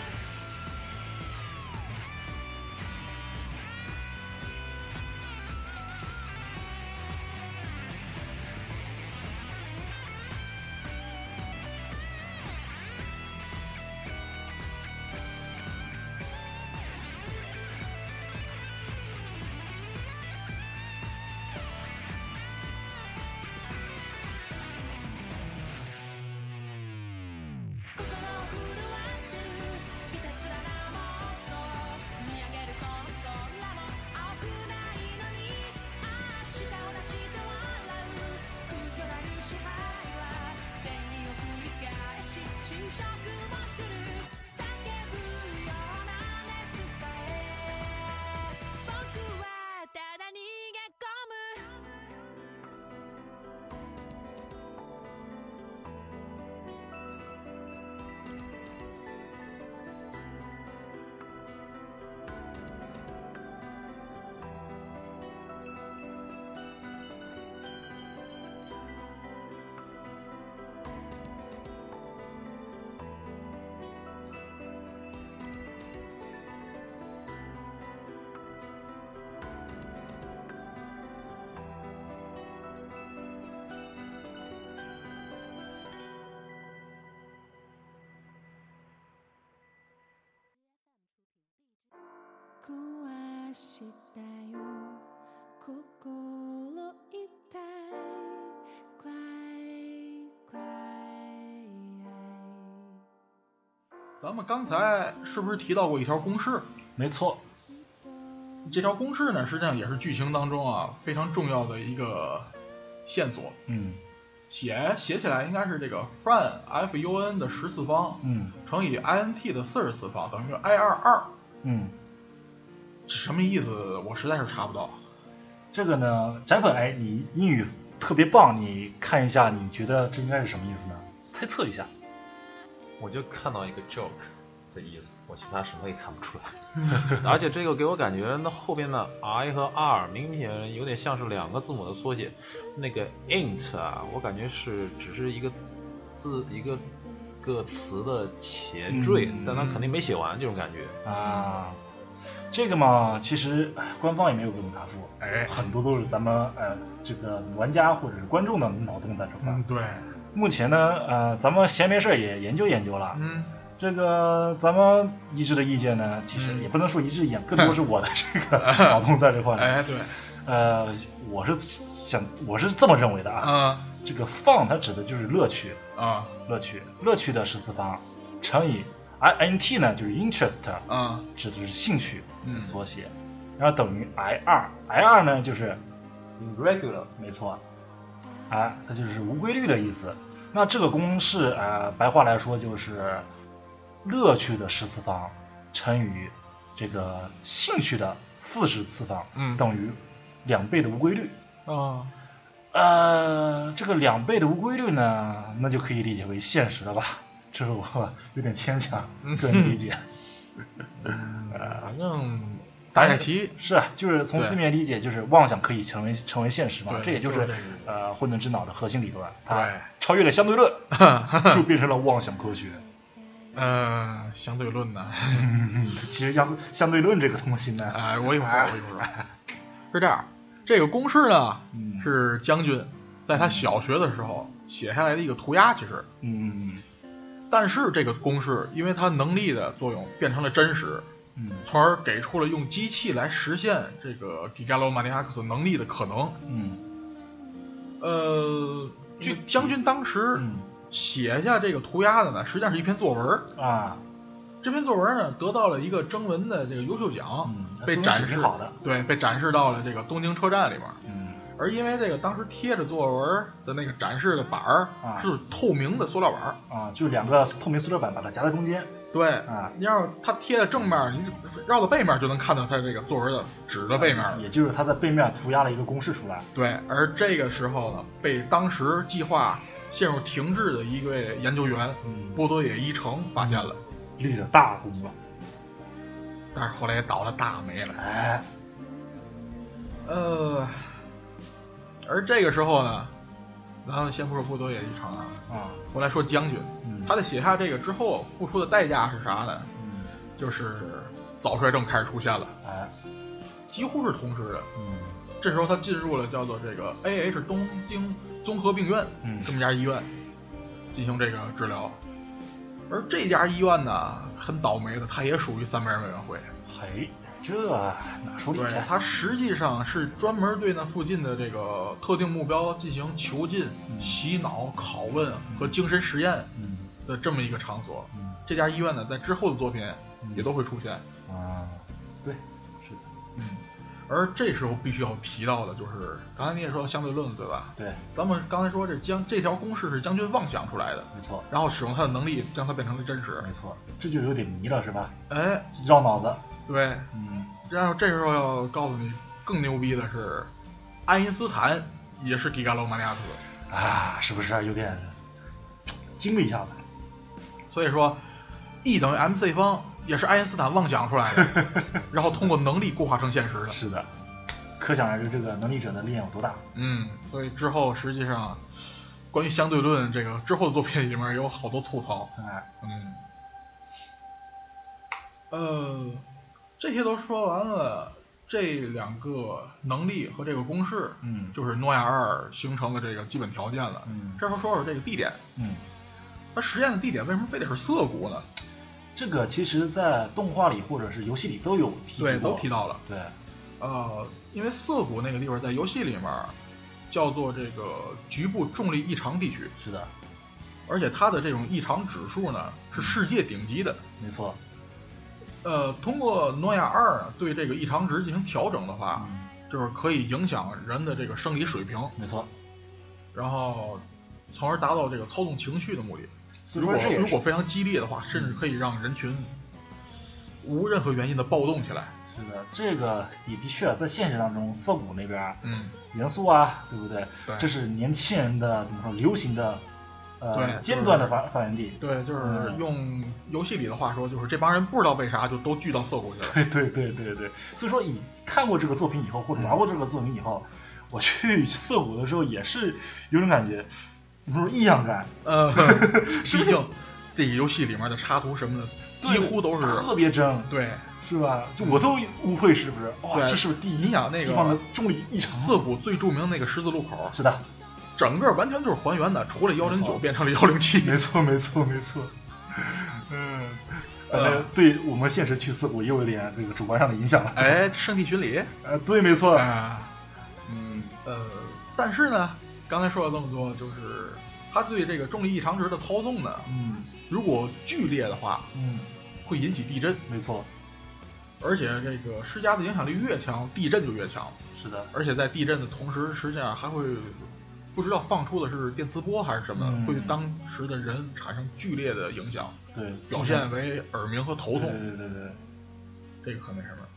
S4: 心を震わせるいたずらな妄想見上げるこの空も青くないのに明日を出して笑う空虚なる支配は便利を繰り返し侵食をする叫ぶような熱さえ僕はただ逃げ込む壊したよ心痛い暗い暗い
S2: 咱们刚才是不是提到过一条公式？
S1: 没错，
S2: 这条公式呢，实际上也是剧情当中啊非常重要的一个线索。
S1: 嗯
S2: 写写起来应该是这个 fun f u n 的十次方
S1: 嗯
S2: 乘以 i n t 的四十次方等于 i 二二，
S1: 嗯，
S2: 什么意思？我实在是查不到。
S1: 这个呢，展粉哎，你英语特别棒，你看一下，你觉得这应该是什么意思呢？猜测一下。
S3: 我就看到一个 joke 的意思，我其他什么也看不出来。
S1: 嗯
S3: 而且这个给我感觉，那后边的 i 和 r 明显有点像是两个字母的缩写。那个 int 啊，我感觉是只是一个字一个个词的前缀，
S1: 嗯
S3: 但它肯定没写完这种感觉。
S1: 啊，这个嘛，其实哎官方也没有给我们答复，
S2: 哎，
S1: 很多都是咱们呃这个玩家或者是观众的脑洞在这块。
S2: 嗯，对，
S1: 目前呢，呃，咱们闲没事儿也研究研究了。
S2: 嗯，
S1: 这个咱们一致的意见呢，其实
S2: 嗯
S1: 也不能说一致意见，更多是我的这个脑洞在这块。
S2: 哎，对，
S1: 呃，我是想，我是这么认为的啊。
S2: 啊
S1: 这个放它指的就是乐趣，
S2: 啊
S1: 乐趣，乐趣的十次方乘以 i n t 呢，就是 interest，
S2: 啊，
S1: 指的是兴趣
S2: 嗯
S1: 缩写，然后等于 i 二，i 二呢就是 regular，没错，啊，它就是无规律的意思。那这个公式啊、呃白话来说就是乐趣的十次方乘以这个兴趣的四十次方，
S3: 嗯
S1: 等于两倍的无规律。
S2: 哦
S3: 啊，
S1: 呃，这个两倍的无规律呢，那就可以理解为现实了吧？这是
S2: 嗯
S1: 我有点牵强，个人理解。
S3: 反正
S2: 达乃奇
S1: 是啊就是从
S2: 对
S1: 字面理解，就是妄想可以成为成为现实嘛
S2: 对，
S1: 这也就
S2: 就
S1: 是
S2: 是这个
S1: 呃混沌之脑的核心理论，它
S2: 对
S1: 超越了相对 论，就变成了妄想科学。
S2: 嗯，相对论 呢？
S1: 嗯，其实相相对论这个东西 呢，
S2: 哎，我一会儿我一会儿 是这样，这个公式呢
S1: 嗯
S2: 是将军在他小学的时候写下来的一个涂鸦，其实，
S1: 嗯
S2: 但是这个公式因为它能力的作用变成了真实，
S1: 嗯
S2: 从而给出了用机器来实现这个 Gigalomaniacs 能力的可能。
S1: 嗯
S2: 呃，据将军当时
S1: 嗯
S2: 写下这个涂鸦的呢，实际上是一篇作文儿。
S1: 啊，
S2: 这篇作文呢，得到了一个征文的这个优秀奖，
S1: 嗯，
S2: 被
S1: 中文
S2: 展
S1: 水
S2: 示
S1: 平好的，
S2: 对，被展示到了这个东京车站里面。
S1: 嗯
S2: 而因为这个当时贴着作文的那个展示的板儿、
S1: 啊
S2: 是透明的塑料板儿，
S1: 啊，就是两个透明塑料板把它夹在中间
S2: 对，
S1: 啊，
S2: 你要是它贴在正面，你绕到背面就能看到它这个作文的纸的背面了。
S1: 也就是它在背面涂鸦了一个公式出来。
S2: 对，而这个时候呢，被当时计划陷入停滞的一位研究员
S1: 嗯，
S2: 波多野一成发现了，
S1: 立了大功了，
S2: 但是后来也倒了大霉了。
S1: 哎，
S2: 呃，而这个时候呢，咱们先不说波多野一成啊，
S1: 啊，
S2: 我来说将军，
S1: 嗯，
S2: 他在写下这个之后付出的代价是啥呢？
S1: 嗯，
S2: 就是早衰症开始出现了，
S1: 哎，
S2: 几乎是同时的。
S1: 嗯
S2: 这时候他进入了叫做这个 A H 东京综合病院
S1: 嗯
S2: 这么家医院进行这个治疗，而这家医院呢很倒霉的，它也属于三边委员会，
S1: 嘿，这哪说理
S2: 对
S1: 去？，
S2: 它实际上是专门对那附近的这个特定目标进行囚禁、
S1: 嗯
S2: 洗脑、拷问和精神实验
S1: 嗯
S2: 的这么一个场所。
S1: 嗯
S2: 这家医院呢，在之后的作品
S1: 嗯
S2: 也都会出现。
S1: 啊，对，是的，
S2: 嗯，而这时候必须要提到的就是，刚才你也说到相对论了，对吧？
S1: 对，
S2: 咱们刚才说这将这条公式是将军妄想出来的，
S1: 没错，
S2: 然后使用他的能力将它变成了真实
S1: 没。错，这就有点迷了，是吧？
S2: 哎，
S1: 绕脑子，
S2: 对，
S1: 嗯，
S2: 然后这时候要告诉你更牛逼的是，爱因斯坦也是迪伽罗马尼亚斯，
S1: 啊，是不是有点惊了一下子？
S2: 所以说 E 等于 mc 方也是爱因斯坦妄想出来的，然后通过能力固化成现实的。
S1: 是的，可想而知这个能力者的力量有多大。
S2: 嗯，所以之后实际上关于相对论这个之后的作品里面有好多吐槽。
S1: 哎，
S2: 嗯，呃，这些都说完了，这两个能力和这个公式，
S1: 嗯
S2: 就是诺亚二形成的这个基本条件了。
S1: 嗯
S2: 这时候说说这个地点，
S1: 嗯，
S2: 它实验的地点为什么非得是涩谷呢？
S1: 这个其实，在动画里或者是游戏里都有提及过，
S2: 对，都提到了。
S1: 对，
S2: 呃，因为涩谷那个地方在游戏里面叫做这个局部重力异常地区，
S1: 是的，
S2: 而且它的这种异常指数呢是世界顶级的。
S1: 没错。
S2: 呃，通过诺亚二对这个异常值进行调整的话，
S1: 嗯，
S2: 就是可以影响人的这个生理水平，
S1: 没错。
S2: 然后从而达到这个操纵情绪的目的。
S1: 所以
S2: 如
S1: 说
S2: 果
S1: 这也
S2: 如
S1: 是
S2: 果非常激烈的话，甚至可以让人群无任何原因的暴动起来。
S1: 是的，这个也的确在现实当中，涩谷那边儿
S2: 嗯，
S1: 元素啊，对不对？
S2: 对，
S1: 这是年轻人的怎么说流行的，
S2: 对就
S1: 呃，
S2: 是
S1: 尖端的发发源地。
S2: 对，就是
S1: 嗯
S2: 用游戏里的话说，就是这帮人不知道为啥就都聚到涩谷去了。
S1: 对对对对对，所以说以看过这个作品以后，或者玩过这个作品以后，我去涩谷的时候也是有种感觉，怎么说异样感，
S2: 呃， 毕竟这个游戏里面的插图什么的，几乎都是
S1: 特别真，
S2: 对。
S1: 是吧？就我都误会是不是？哇，
S2: 嗯对
S1: 这是不是第一
S2: 你想那
S1: 地方的
S2: 个
S1: 重力异常？
S2: 涩谷最著名那个十字路口，
S1: 是的，
S2: 整个完全就是还原的，除了幺零
S1: 没
S2: 九
S1: 错
S2: 变成了幺零七。
S1: 没错没错没错。 嗯，反
S2: 呃
S1: 正对我们现实去涩谷也有一点这个主观上的影响了。
S2: 哎，圣地巡礼
S1: 呃，对，没错。
S2: 啊，
S1: 嗯
S2: 呃，但是呢，刚才说了这么多，就是他对这个重力异常值的操纵呢，
S1: 嗯
S2: 如果剧烈的话，
S1: 嗯，
S2: 会引起地震，
S1: 没错，
S2: 而且这个施加的影响力越强，地震就越强，
S1: 是的。
S2: 而且在地震的同时，实际上还会不知道放出的是电磁波还是什么，
S1: 嗯
S2: 会对当时的人产生剧烈的影响，
S1: 对，
S2: 表现为耳鸣和头
S1: 对
S2: 痛。
S1: 对对对，
S2: 这个很那什么。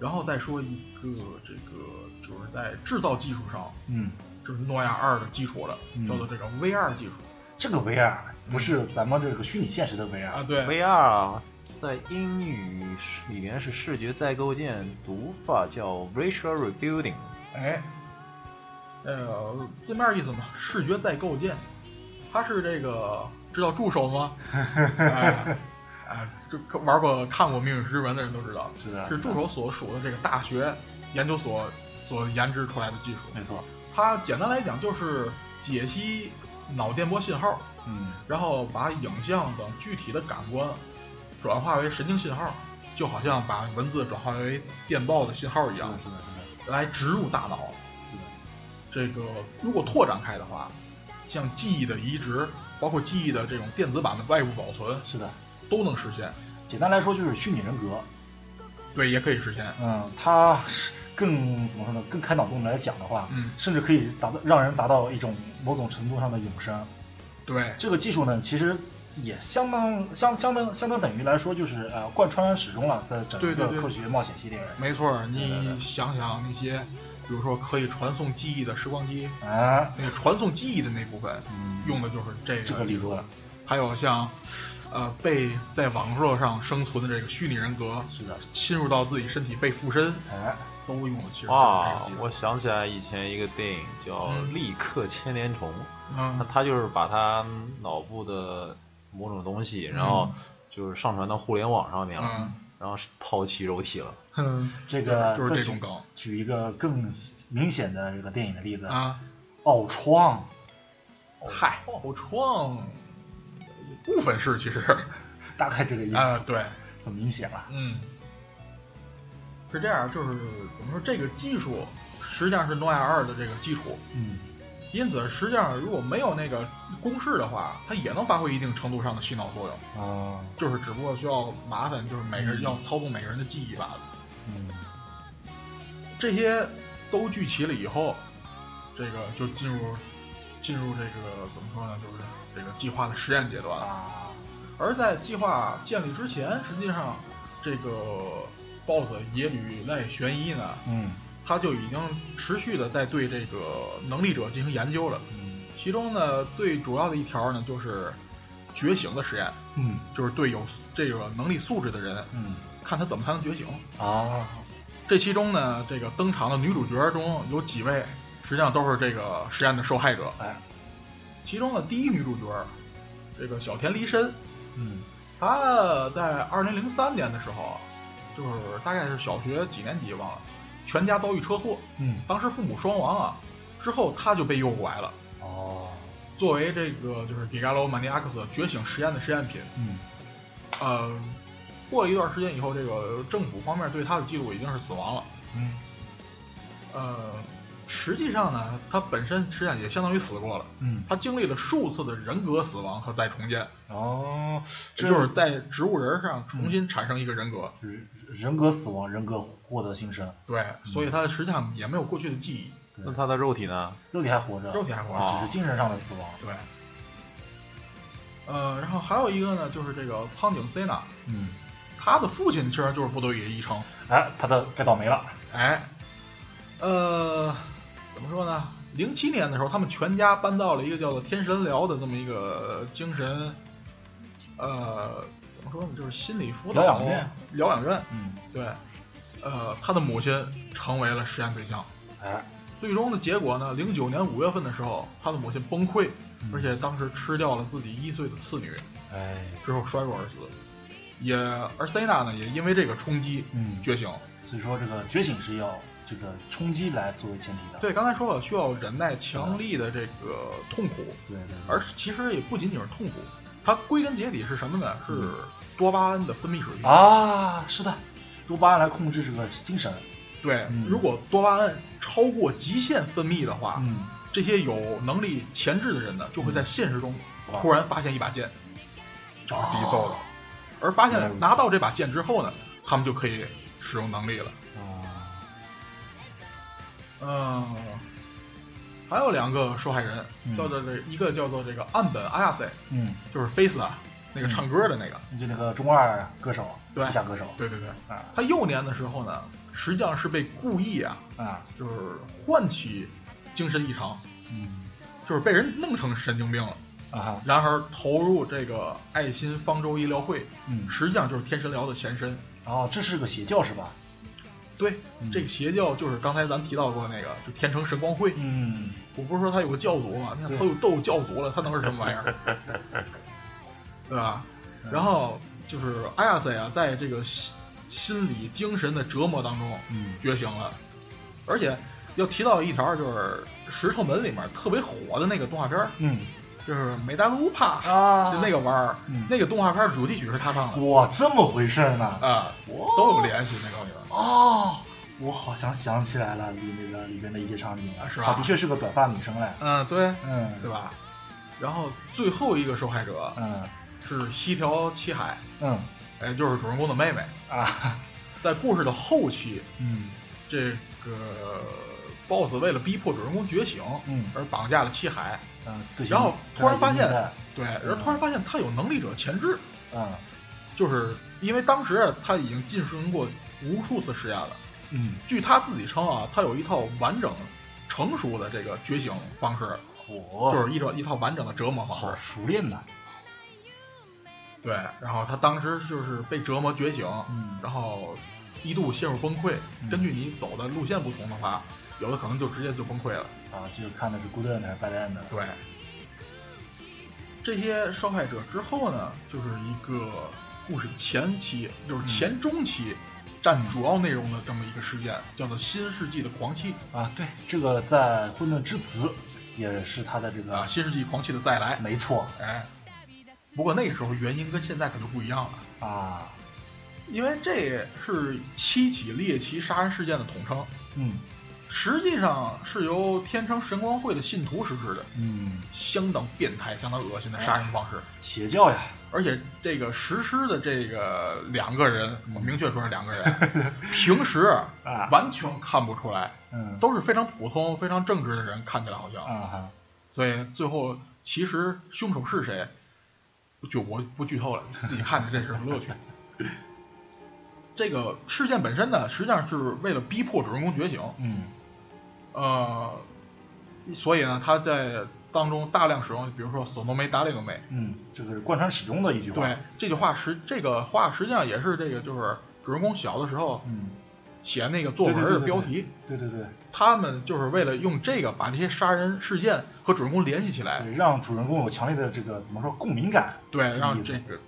S2: 然后再说一个这个，就是在制造技术上，
S1: 嗯，
S2: 就是诺亚二的基础了，
S1: 嗯
S2: 叫做这个 VR 技术
S1: 这个 VR 不是咱们这个虚拟现实的 VR，、
S2: 嗯啊，对
S3: VR 啊，在英语是里面是视觉再构建，读法叫 racial rebuilding。
S2: 哎，呃，字面意思嘛，视觉再构建，它是这个知道助手吗？哎，哎这可玩过看过《命运石之门》的人都知道，
S1: 是的，
S2: 是助手所属的这个大学研究所所研制出来的技术。
S1: 没错，
S2: 它简单来讲就是解析脑电波信号，
S1: 嗯，
S2: 然后把影像等具体的感官转化为神经信号，就好像把文字转化为电报的信号一
S1: 是
S2: 样
S1: 的，，是的，是
S2: 来植入大脑。
S1: 的，
S2: 这个如果拓展开的话，像记忆的移植，包括记忆的这种电子版的外部保存，
S1: 是的，是的。
S2: 都能实现。
S1: 简单来说就是虚拟人格，
S2: 对，也可以实现。
S1: 嗯，它是更怎么说呢？更开脑洞来讲的话，
S2: 嗯，
S1: 甚至可以达到让人达到一种某种程度上的永生。
S2: 对，
S1: 这个技术呢，其实也相当相相当相当等于来说就是呃贯穿始终了，在整
S2: 对对
S1: 个
S2: 对
S1: 科学冒险系列里。
S2: 没错儿。
S1: 对对
S2: 你
S1: 对
S2: 想想那些，比如说可以传送记忆的时光机，
S1: 啊，
S2: 那个传送记忆的那部分
S1: 嗯
S2: 用的就是这个。
S1: 这个理论，
S2: 还有像，呃，被在网络上生存的这个虚拟人格
S1: 是的，
S2: 侵入到自己身体被附身，
S1: 哎，
S2: 都用的其实
S3: 啊
S2: 是这个技，术
S3: 我想起来以前一个电影叫
S2: 嗯
S3: 《立刻千年虫》，那
S2: 嗯
S3: 他就是把他脑部的某种东西，然后就是上传到互联网上面了，然后是抛弃肉体了。
S2: 嗯，
S1: 这个
S3: 呃
S2: 就是这
S1: 再
S2: 种
S1: 举
S2: 梗
S1: 举一个更明显的这个电影的例子，
S2: 啊。
S1: 奥创，哦
S2: 嗨，奥创部分是 其实啊、
S1: 大概这个意思，
S2: 对，
S1: 很明显了。
S2: 嗯，是这样，就是怎么说，这个技术实际上是诺亚二的这个基础，
S1: 嗯，
S2: 因此实际上如果没有那个公式的话，它也能发挥一定程度上的洗脑作用，
S1: 哦，
S2: 就是只不过需要麻烦，就是每个人要操纵每个人的记忆罢了。
S1: 嗯，
S2: 这些都聚齐了以后，这个就进入进入这个怎么说呢，就是这个计划的实验阶段了。
S1: 啊，
S2: 而在计划建立之前，实际上这个 BOSS 野吕赖玄一呢，
S1: 嗯，
S2: 他就已经持续的在对这个能力者进行研究了。
S1: 嗯，
S2: 其中呢，最主要的一条呢，就是觉醒的实验，
S1: 嗯，
S2: 就是对有这个能力素质的人，
S1: 嗯，
S2: 看他怎么才能觉醒。
S1: 啊，
S2: 这其中呢，这个登场的女主角中有几位，实际上都是这个实验的受害者。
S1: 哎，
S2: 其中的第一女主角，这个小田离身，
S1: 嗯，
S2: 他在二零零三年的时候，就是大概是小学几年级忘了，全家遭遇车祸，
S1: 嗯，
S2: 当时父母双亡啊。之后他就被诱拐了，
S1: 哦，
S2: 作为这个就是迪伽罗曼尼阿克斯觉醒实验的实验品。
S1: 嗯，
S2: 呃，过了一段时间以后，这个政府方面对他的记录已经是死亡了。
S1: 嗯，
S2: 呃，实际上呢，他本身实际上也相当于死过了，
S1: 嗯，
S2: 他经历了数次的人格死亡和再重建，
S1: 哦，
S2: 这就是在植物人上重新产生一个人格。
S1: 人人格死亡，人格获得新生，
S2: 对，所以他实际上也没有过去的记忆，
S1: 对
S3: 那他的肉体呢？
S1: 肉体还活着，啊
S2: 肉体还活着。啊
S1: 只是精神上的死亡。
S2: 对。呃，然后还有一个呢，就是这个苍井 C 娜，
S1: 嗯，
S2: 他的父亲其实就是部队野一成。
S1: 哎，他的该倒霉了。
S2: 哎，呃，怎么说呢？零七年的时候，他们全家搬到了一个叫做天神寮的这么一个精神，呃，怎么说呢？就是心理辅导
S1: 疗养院。
S2: 疗养院。
S1: 嗯，
S2: 对，呃，他的母亲成为了实验对象。
S1: 哎，
S2: 最终的结果呢，零九年五月份的时候，他的母亲崩溃，
S1: 嗯
S2: 而且当时吃掉了自己一岁的次女，
S1: 哎，
S2: 之后摔落而死。也而塞纳呢，也因为这个冲击
S1: 嗯，
S2: 觉醒。
S1: 所以说这个觉醒是要这个冲击来作为前提的。
S2: 对，刚才说了，需要忍耐强力的这个痛苦，
S1: 对对对，
S2: 而其实也不仅仅是痛苦，它归根结底是什么呢？是多巴胺的分泌水平。
S1: 嗯啊，是的，多巴胺来控制这个精神。
S2: 对
S1: 嗯，
S2: 如果多巴胺超过极限分泌的话，
S1: 嗯，
S2: 这些有能力前置的人呢，就会在现实中
S1: 哇
S2: 忽然发现一把剑，这是必
S1: 啊哦
S2: 奏的。而发
S1: 原来如
S2: 现
S1: 此
S2: 拿到这把剑之后呢，他们就可以使用能力了。
S1: 啊，
S2: 嗯，还有两个受害人，
S1: 嗯
S2: 叫做这一个叫做这个岸本阿亚塞，
S1: 嗯，
S2: 就是 Face 啊，那个唱歌的那个。
S1: 就那个中二歌手，
S2: 对
S1: 地下歌手
S2: 对对对，
S1: 啊
S2: 他幼年的时候呢，实际上是被故意啊，
S1: 啊，
S2: 就是唤起精神异常，
S1: 嗯，
S2: 就是被人弄成神经病了。
S1: 啊哈，
S2: 然而投入这个爱心方舟医疗会，
S1: 嗯，
S2: 实际上就是天神疗的前身。
S1: 哦，这是个邪教是吧？
S2: 对，
S1: 嗯
S2: 这个邪教就是刚才咱提到过那个，就天成神光会。
S1: 嗯，
S2: 我不是说他有个教主吗？你看
S1: 对
S2: 他有斗教主了，他能是什么玩意儿？ 对吧？
S1: 嗯
S2: 然后就是阿亚塞啊，在这个心心理、精神的折磨当中
S1: 嗯
S2: 觉醒了，而且要提到一条，就是《石头门》里面特别火的那个动画片儿，
S1: 嗯
S2: 就是《美达鲁帕》
S1: 啊，
S2: 就那个玩意儿，
S1: 嗯
S2: 那个动画片主题曲是他唱的
S1: 哇，这么回事儿呢？
S2: 啊，都有联系那东西了。
S1: 哦，我好像想起来了，里那个里边的一些场景
S2: 啊
S1: 了，
S2: 是吧
S1: 她的确是个短发女生嘞，
S2: 嗯，对，
S1: 嗯，
S2: 对？吧？然后最后一个受害者
S1: 嗯
S2: 是西条七海，
S1: 嗯
S2: 哎，就是主人公的妹妹。
S1: 啊，
S2: 在故事的后期，
S1: 嗯
S2: 这个 BOSS 为了逼迫主人公觉醒，
S1: 嗯
S2: 而绑架了七海。
S1: 嗯，对
S2: 然后突然发现，对，
S1: 嗯
S2: 然后突然发现他有能力者潜质，
S1: 嗯
S2: 就是因为当时啊他已经进行过无数次实验了。
S1: 嗯，
S2: 据他自己称啊，他有一套完整、成熟的这个觉醒方式，
S1: 我
S2: 就是一种一套完整的折磨
S1: 好
S2: 方式。
S1: 熟练呐，
S2: 对，然后他当时就是被折磨觉醒，
S1: 嗯
S2: 然后一度陷入崩溃。
S1: 嗯
S2: 根据你走的路线不同的话，有的可能就直接就崩溃了。
S1: 啊，就是看的是 good end 还是 bad end 的，
S2: 对，这些受害者之后呢，就是一个故事前期，就是前中期占主要内容的这么一个事件，叫做新世纪的狂气
S1: 啊，对，这个在混沌之子也是他的这
S2: 啊，
S1: 个，
S2: 新世纪狂气的再来。
S1: 没错
S2: 哎，不过那个时候原因跟现在可就不一样了，
S1: 啊，
S2: 因为这是七起猎奇杀人事件的统称，
S1: 嗯
S2: 实际上是由天成神光会的信徒实施的，
S1: 嗯，
S2: 相当变态、相当恶心的杀人方式。
S1: 邪教呀，
S2: 而且这个实施的这个两个人，我明确说是两个 人，平时
S1: 嗯啊
S2: 完全看不出来，
S1: 嗯，
S2: 都是非常普通、非常正直的人，看起来好像。
S1: 啊哈，
S2: 所以最后其实凶手是谁，就我不剧透了，自己看着这是个乐趣。这个事件本身呢，实际上是为了逼迫主人公觉醒，
S1: 嗯
S2: 呃，所以呢，他在当中大量使用，比如说索诺梅达利诺梅，
S1: 嗯，这个是贯穿始终的一句话，
S2: 对，，这句话实这个话实际上也是这个就是主人公小的时候
S1: 嗯，
S2: 写那个作文
S1: 对对
S2: 的
S1: 对对
S2: 标题，
S1: 对对对。
S2: 他们就是为了用这个把这些杀人事件和主人公联系起来，
S1: 对，让主人公有强烈的这个怎么说共鸣感？
S2: 对，让
S1: 意思
S2: 这个，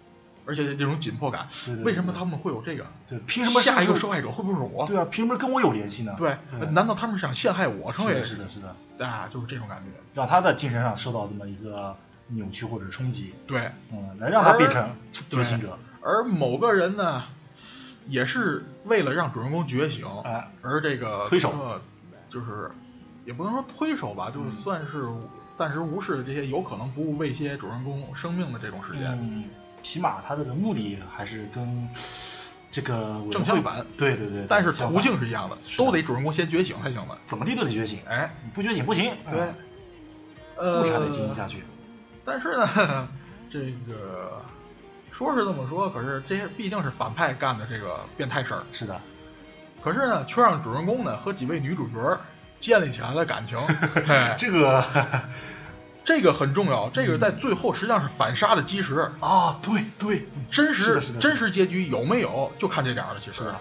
S2: 而且这种紧迫感，
S1: 对对
S2: 为什么
S1: 对
S2: 他们会有这个？
S1: 对，凭什么
S2: 下一个
S1: 是
S2: 受害者会不会是我？
S1: 对啊，凭什么跟我有联系呢？
S2: 对
S1: 对
S2: 难道他们想陷害我成
S1: 是
S2: 为
S1: 的，是的，是的，
S2: 啊？就是这种感觉，
S1: 让他在精神上受到这么一个扭曲或者冲击，
S2: 对。
S1: 嗯，来让他变
S2: 而
S1: 成觉醒者，
S2: 而某个人呢，也是为了让主人公觉醒，
S1: 哎，
S2: 而这个
S1: 推手
S2: 呃就是也不能说推手吧，就是算是暂时无视了这些有可能不畏些主人公生命的这种事件。
S1: 嗯，起码他的目的还是跟这个委员会
S2: 正相反，
S1: 对对对，
S2: 但是
S1: 正相
S2: 途
S1: 反
S2: 径是一样的，
S1: 是的
S2: 都得主人公先觉醒才行的。
S1: 怎么地都得觉醒，
S2: 哎，
S1: 你不觉醒不行，
S2: 对
S1: 嗯，，
S2: 呃，
S1: 故事还得进行下去，
S2: 但是呢， 这个说是这么说，可是这些毕竟是反派干的这个变态事儿，
S1: 是的，
S2: 可是呢，却让主人公呢和几位女主角儿建立起来了 感情。哎
S1: 这个
S2: 这个很重要，这个在最后实际上是反杀的基石。
S1: 啊，对对，
S2: 真
S1: 是
S2: 实
S1: 的是的
S2: 真实结局有没有，就看这点儿了。其实
S1: 是，的，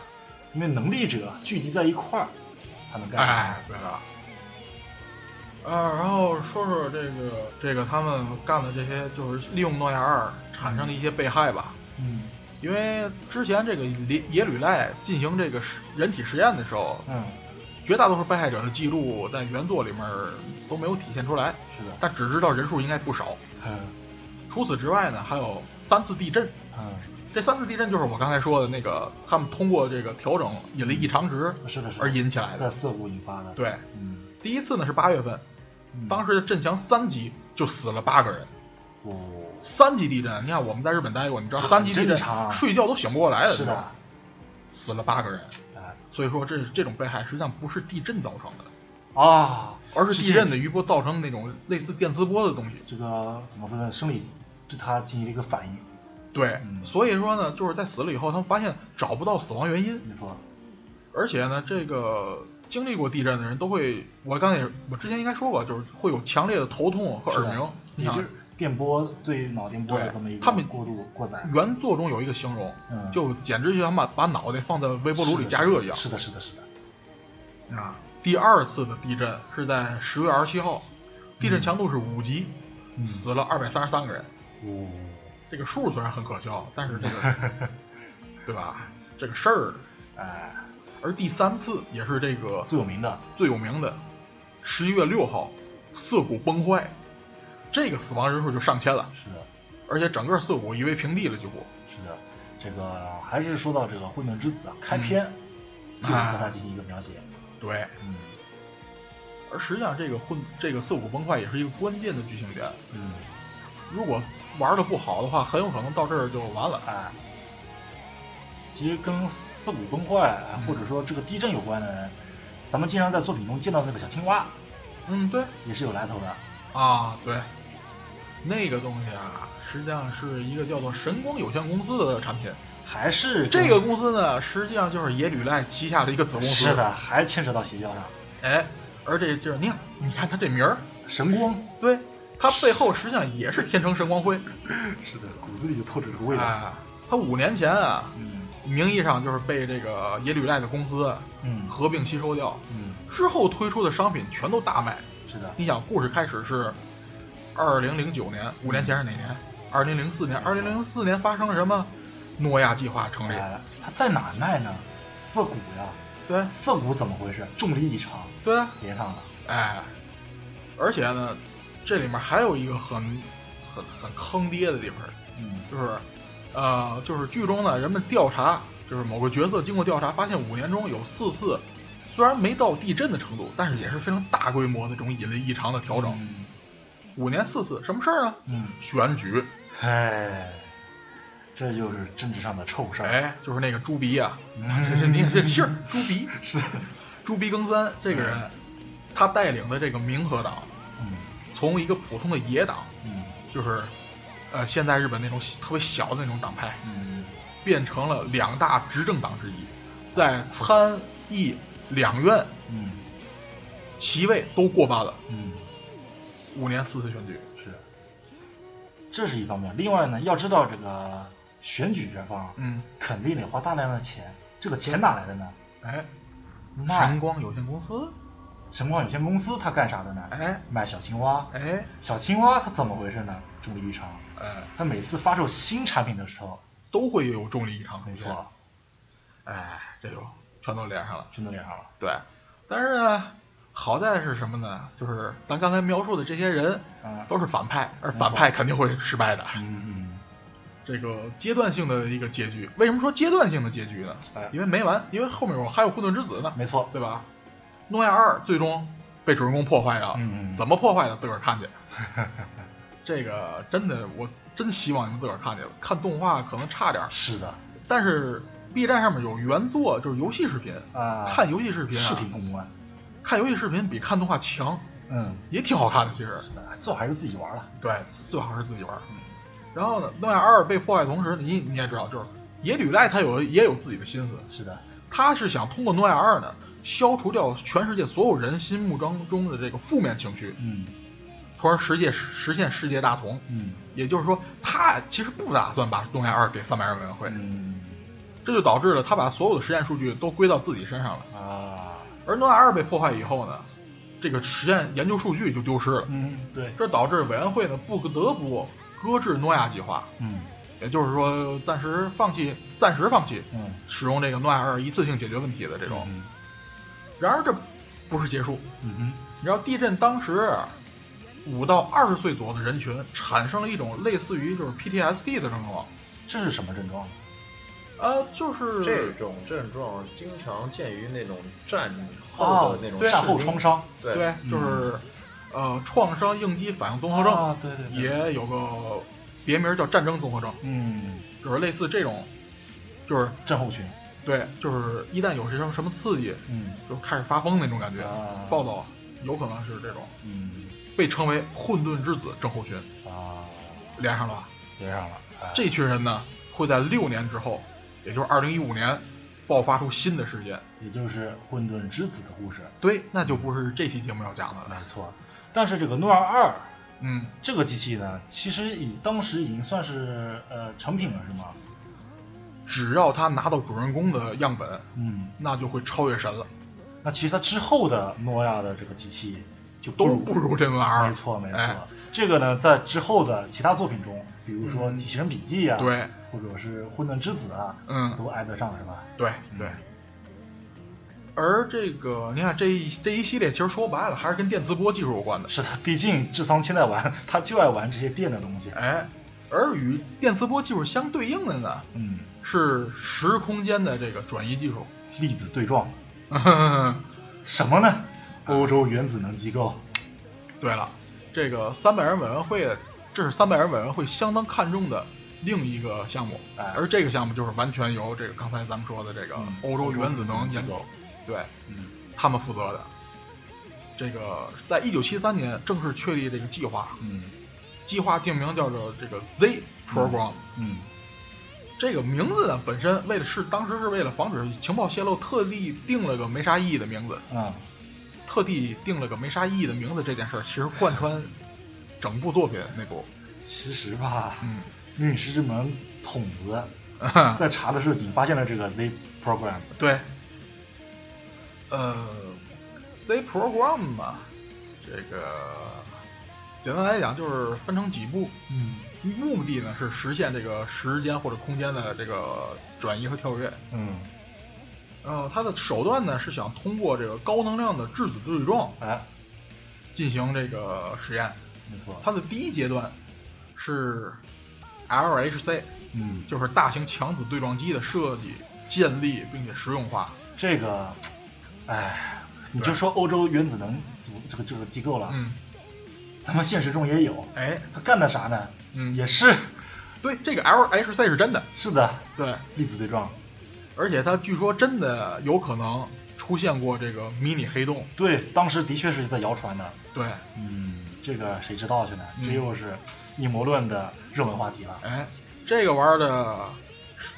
S1: 因为能力者聚集在一块儿，他能干啥
S2: 哎，对了。呃，然后说说这个这个他们干的这些，就是利用诺亚二产生的一些被害吧。
S1: 嗯
S2: 因为之前这个野野吕赖进行这个实人体实验的时候，
S1: 嗯，
S2: 绝大多数被害者的记录在原作里面都没有体现出来，
S1: 是的，
S2: 但只知道人数应该不少。
S1: 嗯
S2: 除此之外呢，还有三次地震，
S1: 嗯，
S2: 这三次地震就是我刚才说的那个，他们通过这个调整引力异常值
S1: 是的，是的
S2: 而引起来
S1: 在
S2: 的。
S1: 涩谷引发的，，
S2: 对，
S1: 嗯，
S2: 第一次呢是八月份，
S1: 嗯
S2: 当时的震强三级就死了八个人。
S1: 哦，
S2: 三级地震，你看我们在日本待过，你知道
S1: 这很
S2: 三级地震
S1: 正常啊
S2: 睡觉都醒不过来了，
S1: 是
S2: 你知道
S1: 的
S2: 吗，死了八个人。
S1: 哎
S2: 所以说这这种被害实际上不是地震造成的，
S1: 啊，
S2: 而是地震
S1: 这
S2: 的
S1: 些
S2: 余波造成的那种类似电磁波的东西。
S1: 这个怎么说呢？生理对它进行了一个反应，
S2: 对，
S1: 嗯
S2: 所以说呢，就是在死了以后，他们发现找不到死亡原因，
S1: 没错，
S2: 而且呢，这个经历过地震的人都会，我刚才也我之前应该说过，就是会有强烈的头痛和
S1: 是
S2: 耳
S1: 的
S2: 鸣。你
S1: 也
S2: 想
S1: 就是电波对脑电波的
S2: 对
S1: 这么一个
S2: 他们
S1: 过度过载，
S2: 原作中有一个形容，
S1: 嗯，
S2: 就简直就想把把脑袋放在微波炉里
S1: 是的
S2: 加热一样
S1: 是的，是的，是的，
S2: 啊！第二次的地震是在十月二十七号，地震强度是五级，
S1: 嗯，
S2: 死了二百三十三个人。
S1: 哦，
S2: 这个数虽然很可笑，但是这个， 对吧？这个事儿。
S1: 哎，
S2: 而第三次也是这个
S1: 最有名的，
S2: 最有名的，十一月六号，四谷崩坏，这个死亡人数就上千了，
S1: 是的，
S2: 而且整个四谷夷为平地了，几乎。
S1: 是的，这个还是说到这个《混沌之子》啊，开篇就
S2: 啊
S1: 对它进行一个描写，
S2: 对，
S1: 嗯
S2: 而实际上这个混这个四谷崩坏也是一个关键的剧情点，
S1: 嗯，
S2: 如果玩的不好的话，很有可能到这儿就完了。
S1: 哎，其实跟四股崩坏啊
S2: 嗯
S1: 或者说这个地震有关的，咱们经常在作品中见到那个小青蛙，
S2: 嗯，对，
S1: 也是有来头的，
S2: 啊，对，那个东西啊，实际上是一个叫做神光有限公司的产品。
S1: 还是跟
S2: 这个公司呢，实际上就是野吕赖旗下的一个子公司。
S1: 是，的，还牵扯到邪教上，
S2: 哎，而这就是你看，你看他这名儿，
S1: 神光，
S2: 对，他背后实际上也是天成神光辉。
S1: 是的，骨子里就透着这个味道，
S2: 啊，他五年前啊，
S1: 嗯
S2: 名义上就是被这个野吕赖的公司
S1: 嗯
S2: 合并吸收掉，
S1: 嗯，
S2: 之后推出的商品全都大卖。
S1: 是的，
S2: 你想，故事开始是二零零九年，五年前是哪年？二零零四年。二零零四年发生了什么？诺亚计划成立。
S1: 哎，他在哪儿卖呢？涩谷呀，
S2: 对啊
S1: 涩谷怎么回事？重力异常
S2: 对啊，
S1: 连上了，
S2: 哎，而且呢，这里面还有一个很很很坑爹的地方，
S1: 嗯
S2: 就是呃，就是剧中呢，人们调查，就是某个角色经过调查，发现五年中有四次。虽然没到地震的程度，但是也是非常大规模的这种引力异常的调整。
S1: 嗯
S2: 五年四次，什么事儿呢？
S1: 嗯，
S2: 选举，
S1: 哎，这就是政治上的臭事儿。
S2: 哎，就是那个猪鼻呀、
S1: 嗯
S2: 这 你看这姓儿猪鼻，
S1: 是的，
S2: 猪鼻更三这个人，他带领的这个民和党，
S1: 嗯
S2: 从一个普通的野党，
S1: 嗯
S2: 就是呃现在日本那种特别小的那种党派，
S1: 嗯，
S2: 变成了两大执政党之一，在参议两院
S1: 嗯
S2: 席位都过半了，
S1: 嗯，
S2: 五年四次选举，
S1: 是，这是一方面。另外呢，要知道这个选举这方
S2: 嗯，
S1: 肯定得花大量的钱，这个钱哪来的呢？
S2: 哎，
S1: 那
S2: 神光有限公司，
S1: 晨光有限公司它干啥的呢？
S2: 哎
S1: 卖小青蛙。
S2: 哎
S1: 小青蛙它怎么回事呢？重力异常，
S2: 哎，
S1: 它每次发售新产品的时候，
S2: 都会有重力异常，
S1: 没错，，
S2: 哎，这就全都连上了。
S1: 全都脸上了。
S2: 对，但是呢，好在是什么呢？就是咱刚才描述的这些人
S1: 嗯
S2: 都是反派，而
S1: 没
S2: 反
S1: 错
S2: 派肯定会失败的。
S1: 嗯
S2: 这个阶段性的一个结局，为什么说阶段性的结局呢？
S1: 哎
S2: 因为没完，因为后面有还有混沌之子呢
S1: 嗯，，没错。
S2: 对吧？诺亚二最终被主人公破坏了，
S1: 嗯嗯
S2: 怎么破坏的自个儿看去。这个真的，我真希望你们自个儿看去了。看动画可能差点儿，
S1: 是的
S2: 但是 B 站上面有原作，就是游戏视频，
S1: 啊，
S2: 看游戏视频、啊，
S1: 视频通关。
S2: 看游戏视频比看动画强，
S1: 嗯，
S2: 也挺好看的。其实，
S1: 最好还是自己玩了。
S2: 对，最好是自己玩。然后呢，诺亚二被破坏同时，你你也知道，就是野吕赖他有也有自己的心思，
S1: 是的，
S2: 他是想通过诺亚二呢，消除掉全世界所有人心目当中的这个负面情绪，
S1: 嗯
S2: 从而实界实现世界大同。
S1: 嗯
S2: 也就是说，他其实不打算把诺亚二给三百人委员会，
S1: 嗯
S2: 这就导致了他把所有的实验数据都归到自己身上了。
S1: 啊，
S2: 而诺亚二被破坏以后呢，这个实验研究数据就丢失了。
S1: 嗯对，
S2: 这导致委员会呢不得不搁置诺亚计划，
S1: 嗯
S2: 也就是说暂时放弃，暂时放弃
S1: 嗯
S2: 使用这个诺亚二一次性解决问题的这种。
S1: 嗯
S2: 然而这不是结束，
S1: 嗯
S2: 你知道地震当时五到二十岁左右的人群产生了一种类似于就是 PTSD 的症状，
S1: 哼，这是什么症状？
S2: 呃，就是
S3: 这种症状经常见于那种战后
S1: 哦
S3: 的那种
S2: 对
S1: 战
S3: 士
S1: 后
S3: 兵
S1: 创伤
S3: 啊对
S2: 对，就是呃创伤应激反应综合症，
S1: 啊，对对对，
S2: 也有个别名叫战争综合症，
S1: 嗯，
S2: 就是类似这种，就是
S1: 症候群，
S2: 对，就是一旦有什么什么刺激，
S1: 嗯
S2: 就开始发疯那种感觉，
S1: 啊
S2: 暴躁，有可能是这种
S1: 嗯
S2: 被称为混沌之子症候群，
S1: 啊，
S2: 连上了吧？
S1: 连上了，哎
S2: 这群人呢，会在六年之后，也就是二零一五年，爆发出新的事件。
S1: 也就是混沌之子的故事，
S2: 对，那就不是这期节目要讲的了。
S1: 没错。但是这个诺亚二
S2: 嗯，
S1: 这个机器呢，其实已当时已经算是呃成品了，是吗？
S2: 只要他拿到主人公的样本，
S1: 嗯，
S2: 那就会超越神了，
S1: 那其实它之后的诺亚的这个机器就
S2: 都
S1: 不
S2: 不如这玩意
S1: 没
S2: 儿。
S1: 错，没错。
S2: 哎
S1: 这个呢，在之后的其他作品中，比如说《
S2: 嗯
S1: 机器人笔记》啊，，
S2: 对，
S1: 或者是《混沌之子》啊，
S2: 嗯，
S1: 都挨得上，是吧？嗯
S2: 对对。而这个，你看这一这一系列，其实说白了还是跟电磁波技术有关的。
S1: 是的，毕竟智桑现在玩，他就爱玩这些变的东西。
S2: 哎，而与电磁波技术相对应的呢，
S1: 嗯，
S2: 是时空间的这个转移技 术。
S1: 粒子对撞，什么呢？欧洲原子能机构，
S2: 对了，这个三百人委员会，这是三百人委员会相当看重的另一个项目，
S1: 哎，
S2: 而这个项目就是完全由这个刚才咱们说的这个
S1: 嗯
S2: 欧洲原子能
S1: 机
S2: 研究
S1: 构，
S2: 对
S1: 嗯
S2: 他们负责的。这个在一九七三年正式确立这个计划，
S1: 嗯
S2: 计划定名叫做这个 Z Program。
S1: 嗯，
S2: 这个名字呢，本身为了是当时是为了防止情报泄露，特地定了个没啥意义的名字。
S1: 啊，
S2: 特地定了个没啥意义的名字，这件事儿其实贯穿整部作品内部。
S1: 其实吧，
S2: 嗯，
S1: 律师这门筒
S2: 啊
S1: 子在查的时候已经发现了这个 Z program，
S2: 对。呃，Z program 嘛，这个简单来讲就是分成几步，
S1: 嗯
S2: 目的呢是实现这个时间或者空间的这个转移和跳跃。
S1: 嗯，
S2: 呃，它的手段呢是想通过这个高能量的质子对撞
S1: 哎，
S2: 进行这个实验。
S1: 没错，
S2: 它的第一阶段是 LHC，
S1: 嗯，
S2: 就是大型强子对撞机的设计、建立并且实用化。
S1: 这个，哎，你就说欧洲原子能组这个这个机构了，
S2: 嗯，
S1: 咱们现实中也有，
S2: 哎，
S1: 他干的啥呢？
S2: 嗯，
S1: 也是，
S2: 对，这个 LHC 是真的，
S1: 是的，
S2: 对，
S1: 粒子对撞，
S2: 而且它据说真的有可能出现过这个迷你黑洞。
S1: 对，当时的确是在谣传的，
S2: 对，
S1: 嗯，这个谁知道去呢？
S2: 嗯
S1: 这又是阴谋论的热门话题了，
S2: 哎，这个玩意儿的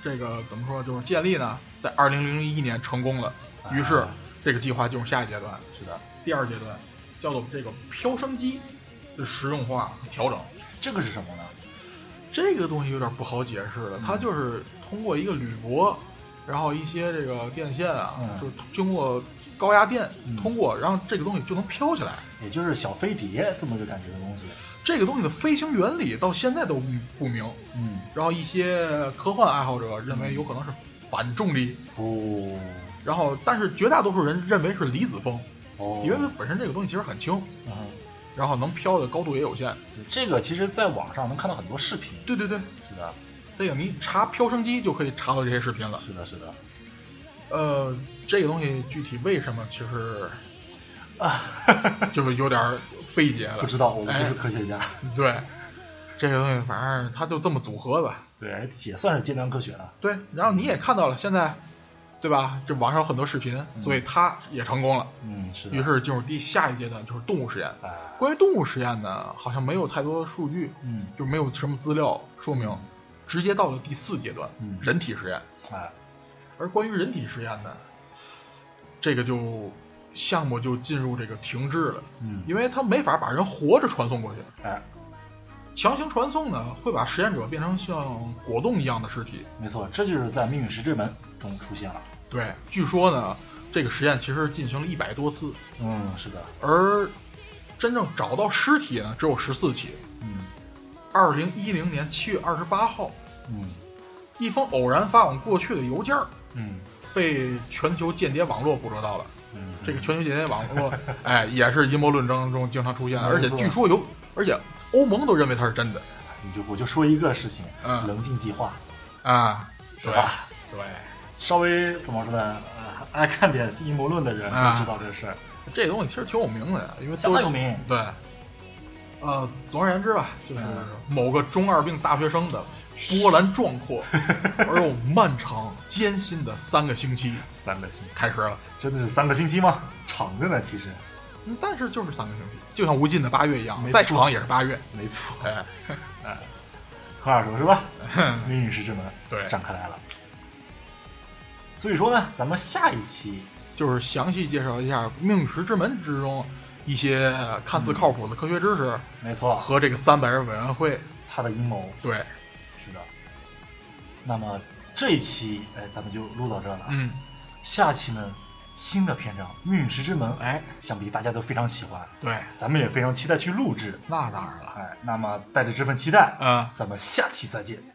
S2: 这个怎么说，就是建立呢，在2001年成功了，于是
S1: 啊
S2: 这个计划进入下一阶段，
S1: 是的，
S2: 第二阶段叫做这个飘升机的实用化和调整。
S1: 这个是什么呢？
S2: 这个东西有点不好解释了，
S1: 嗯
S2: 它就是通过一个铝箔，然后一些这个电线啊，
S1: 嗯
S2: 就是经过高压电
S1: 嗯
S2: 通过，然后这个东西就能飘起来。
S1: 也就是小飞碟这么个感觉的东西，
S2: 这个东西的飞行原理到现在都不明，
S1: 嗯，
S2: 然后一些科幻爱好者认为有可能是反重力，
S1: 哦
S2: 然后但是绝大多数人认为是离子风，
S1: 哦，
S2: 因为本身这个东西其实很轻，
S1: 嗯
S2: 然后能飘的高度也有限。
S1: 这个其实在网上能看到很多视频，
S2: 对对对，
S1: 是的，
S2: 这个你查飘升机就可以查到这些视频了。
S1: 是的，是的。
S2: 呃，这个东西具体为什么，其实
S1: 啊，
S2: 就是有点儿费解了。
S1: 不知道，我
S2: 哎
S1: 们不是科学 家，
S2: 对，这个东西反正它就这么组合吧。
S1: 对，也算是尖端科学了。
S2: 对，然后你也看到了，现在对吧？这网上有很多视频，所以它也成功了。
S1: 嗯，是的。
S2: 于是进入第下一阶段，就是动物实验。
S1: 啊，
S2: 关于动物实验呢，好像没有太多数据，
S1: 嗯
S2: 就没有什么资料说明。直接到了第四阶段，
S1: 嗯
S2: 人体实验。
S1: 啊，
S2: 而关于人体实验呢，这个就项目就进入这个停滞了，
S1: 嗯，
S2: 因为它没法把人活着传送过去。
S1: 哎，
S2: 强行传送呢，会把实验者变成像果冻一样的尸体。
S1: 没错，这就是在命运石之门中出现了。
S2: 对，据说呢，这个实验其实进行了一百多次，
S1: 嗯，是的，
S2: 而真正找到尸体呢，只有十四起。
S1: 嗯
S2: 二零一零年七月二十八号，
S1: 嗯
S2: 一封偶然发往过去的邮件儿
S1: 嗯
S2: 被全球间谍网络捕捉到了。
S1: 嗯，
S2: 这个全球间谍网络，哎，也是阴谋论争中经常出现的，而且
S1: 没错
S2: 据说有，而且欧盟都认为它是真的
S1: 你就我就说一个事情，
S2: 嗯
S1: 棱镜计划
S2: 啊，
S1: 是
S2: 对
S1: 吧？
S2: 对，
S1: 稍微怎么说呢？ 呃，爱看点阴谋论的人
S2: 啊
S1: 都知道这事儿，
S2: 这东西其实挺有名的，因为
S1: 相
S2: 都
S1: 当有名。
S2: 对，呃，总而言之吧，就是
S1: 嗯
S2: 某个中二病大学生的波澜壮 阔而又漫长艰辛的三个星期
S1: 三个星期，
S2: 开始了。
S1: 真的是三个星期吗？长着呢，其实，
S2: 嗯但是就是三个星期，就像无尽的八月一样
S1: 没，错
S2: 再长也是八月。
S1: 没错， 啊
S2: 哎，
S1: 和耳熟是 吧？命运石之门
S2: 对，
S1: 展开来了。所以说呢，咱们下一期
S2: 就是详细介绍一下《命运石之门》之中一些呃看似靠谱的科学知识
S1: 没错，
S2: 和这个三百人委员会。
S1: 他的阴谋
S2: 对，
S1: 是的。那么这一期，哎，咱们就录到这儿了。
S2: 嗯，
S1: 下期呢，新的篇章《命运石之门》，
S2: 哎，
S1: 想必大家都非常喜欢，
S2: 对，
S1: 咱们也非常期待去录制。
S2: 那当然了，
S1: 哎，那么带着这份期待，
S2: 嗯。
S1: 咱们下期再见，
S4: 「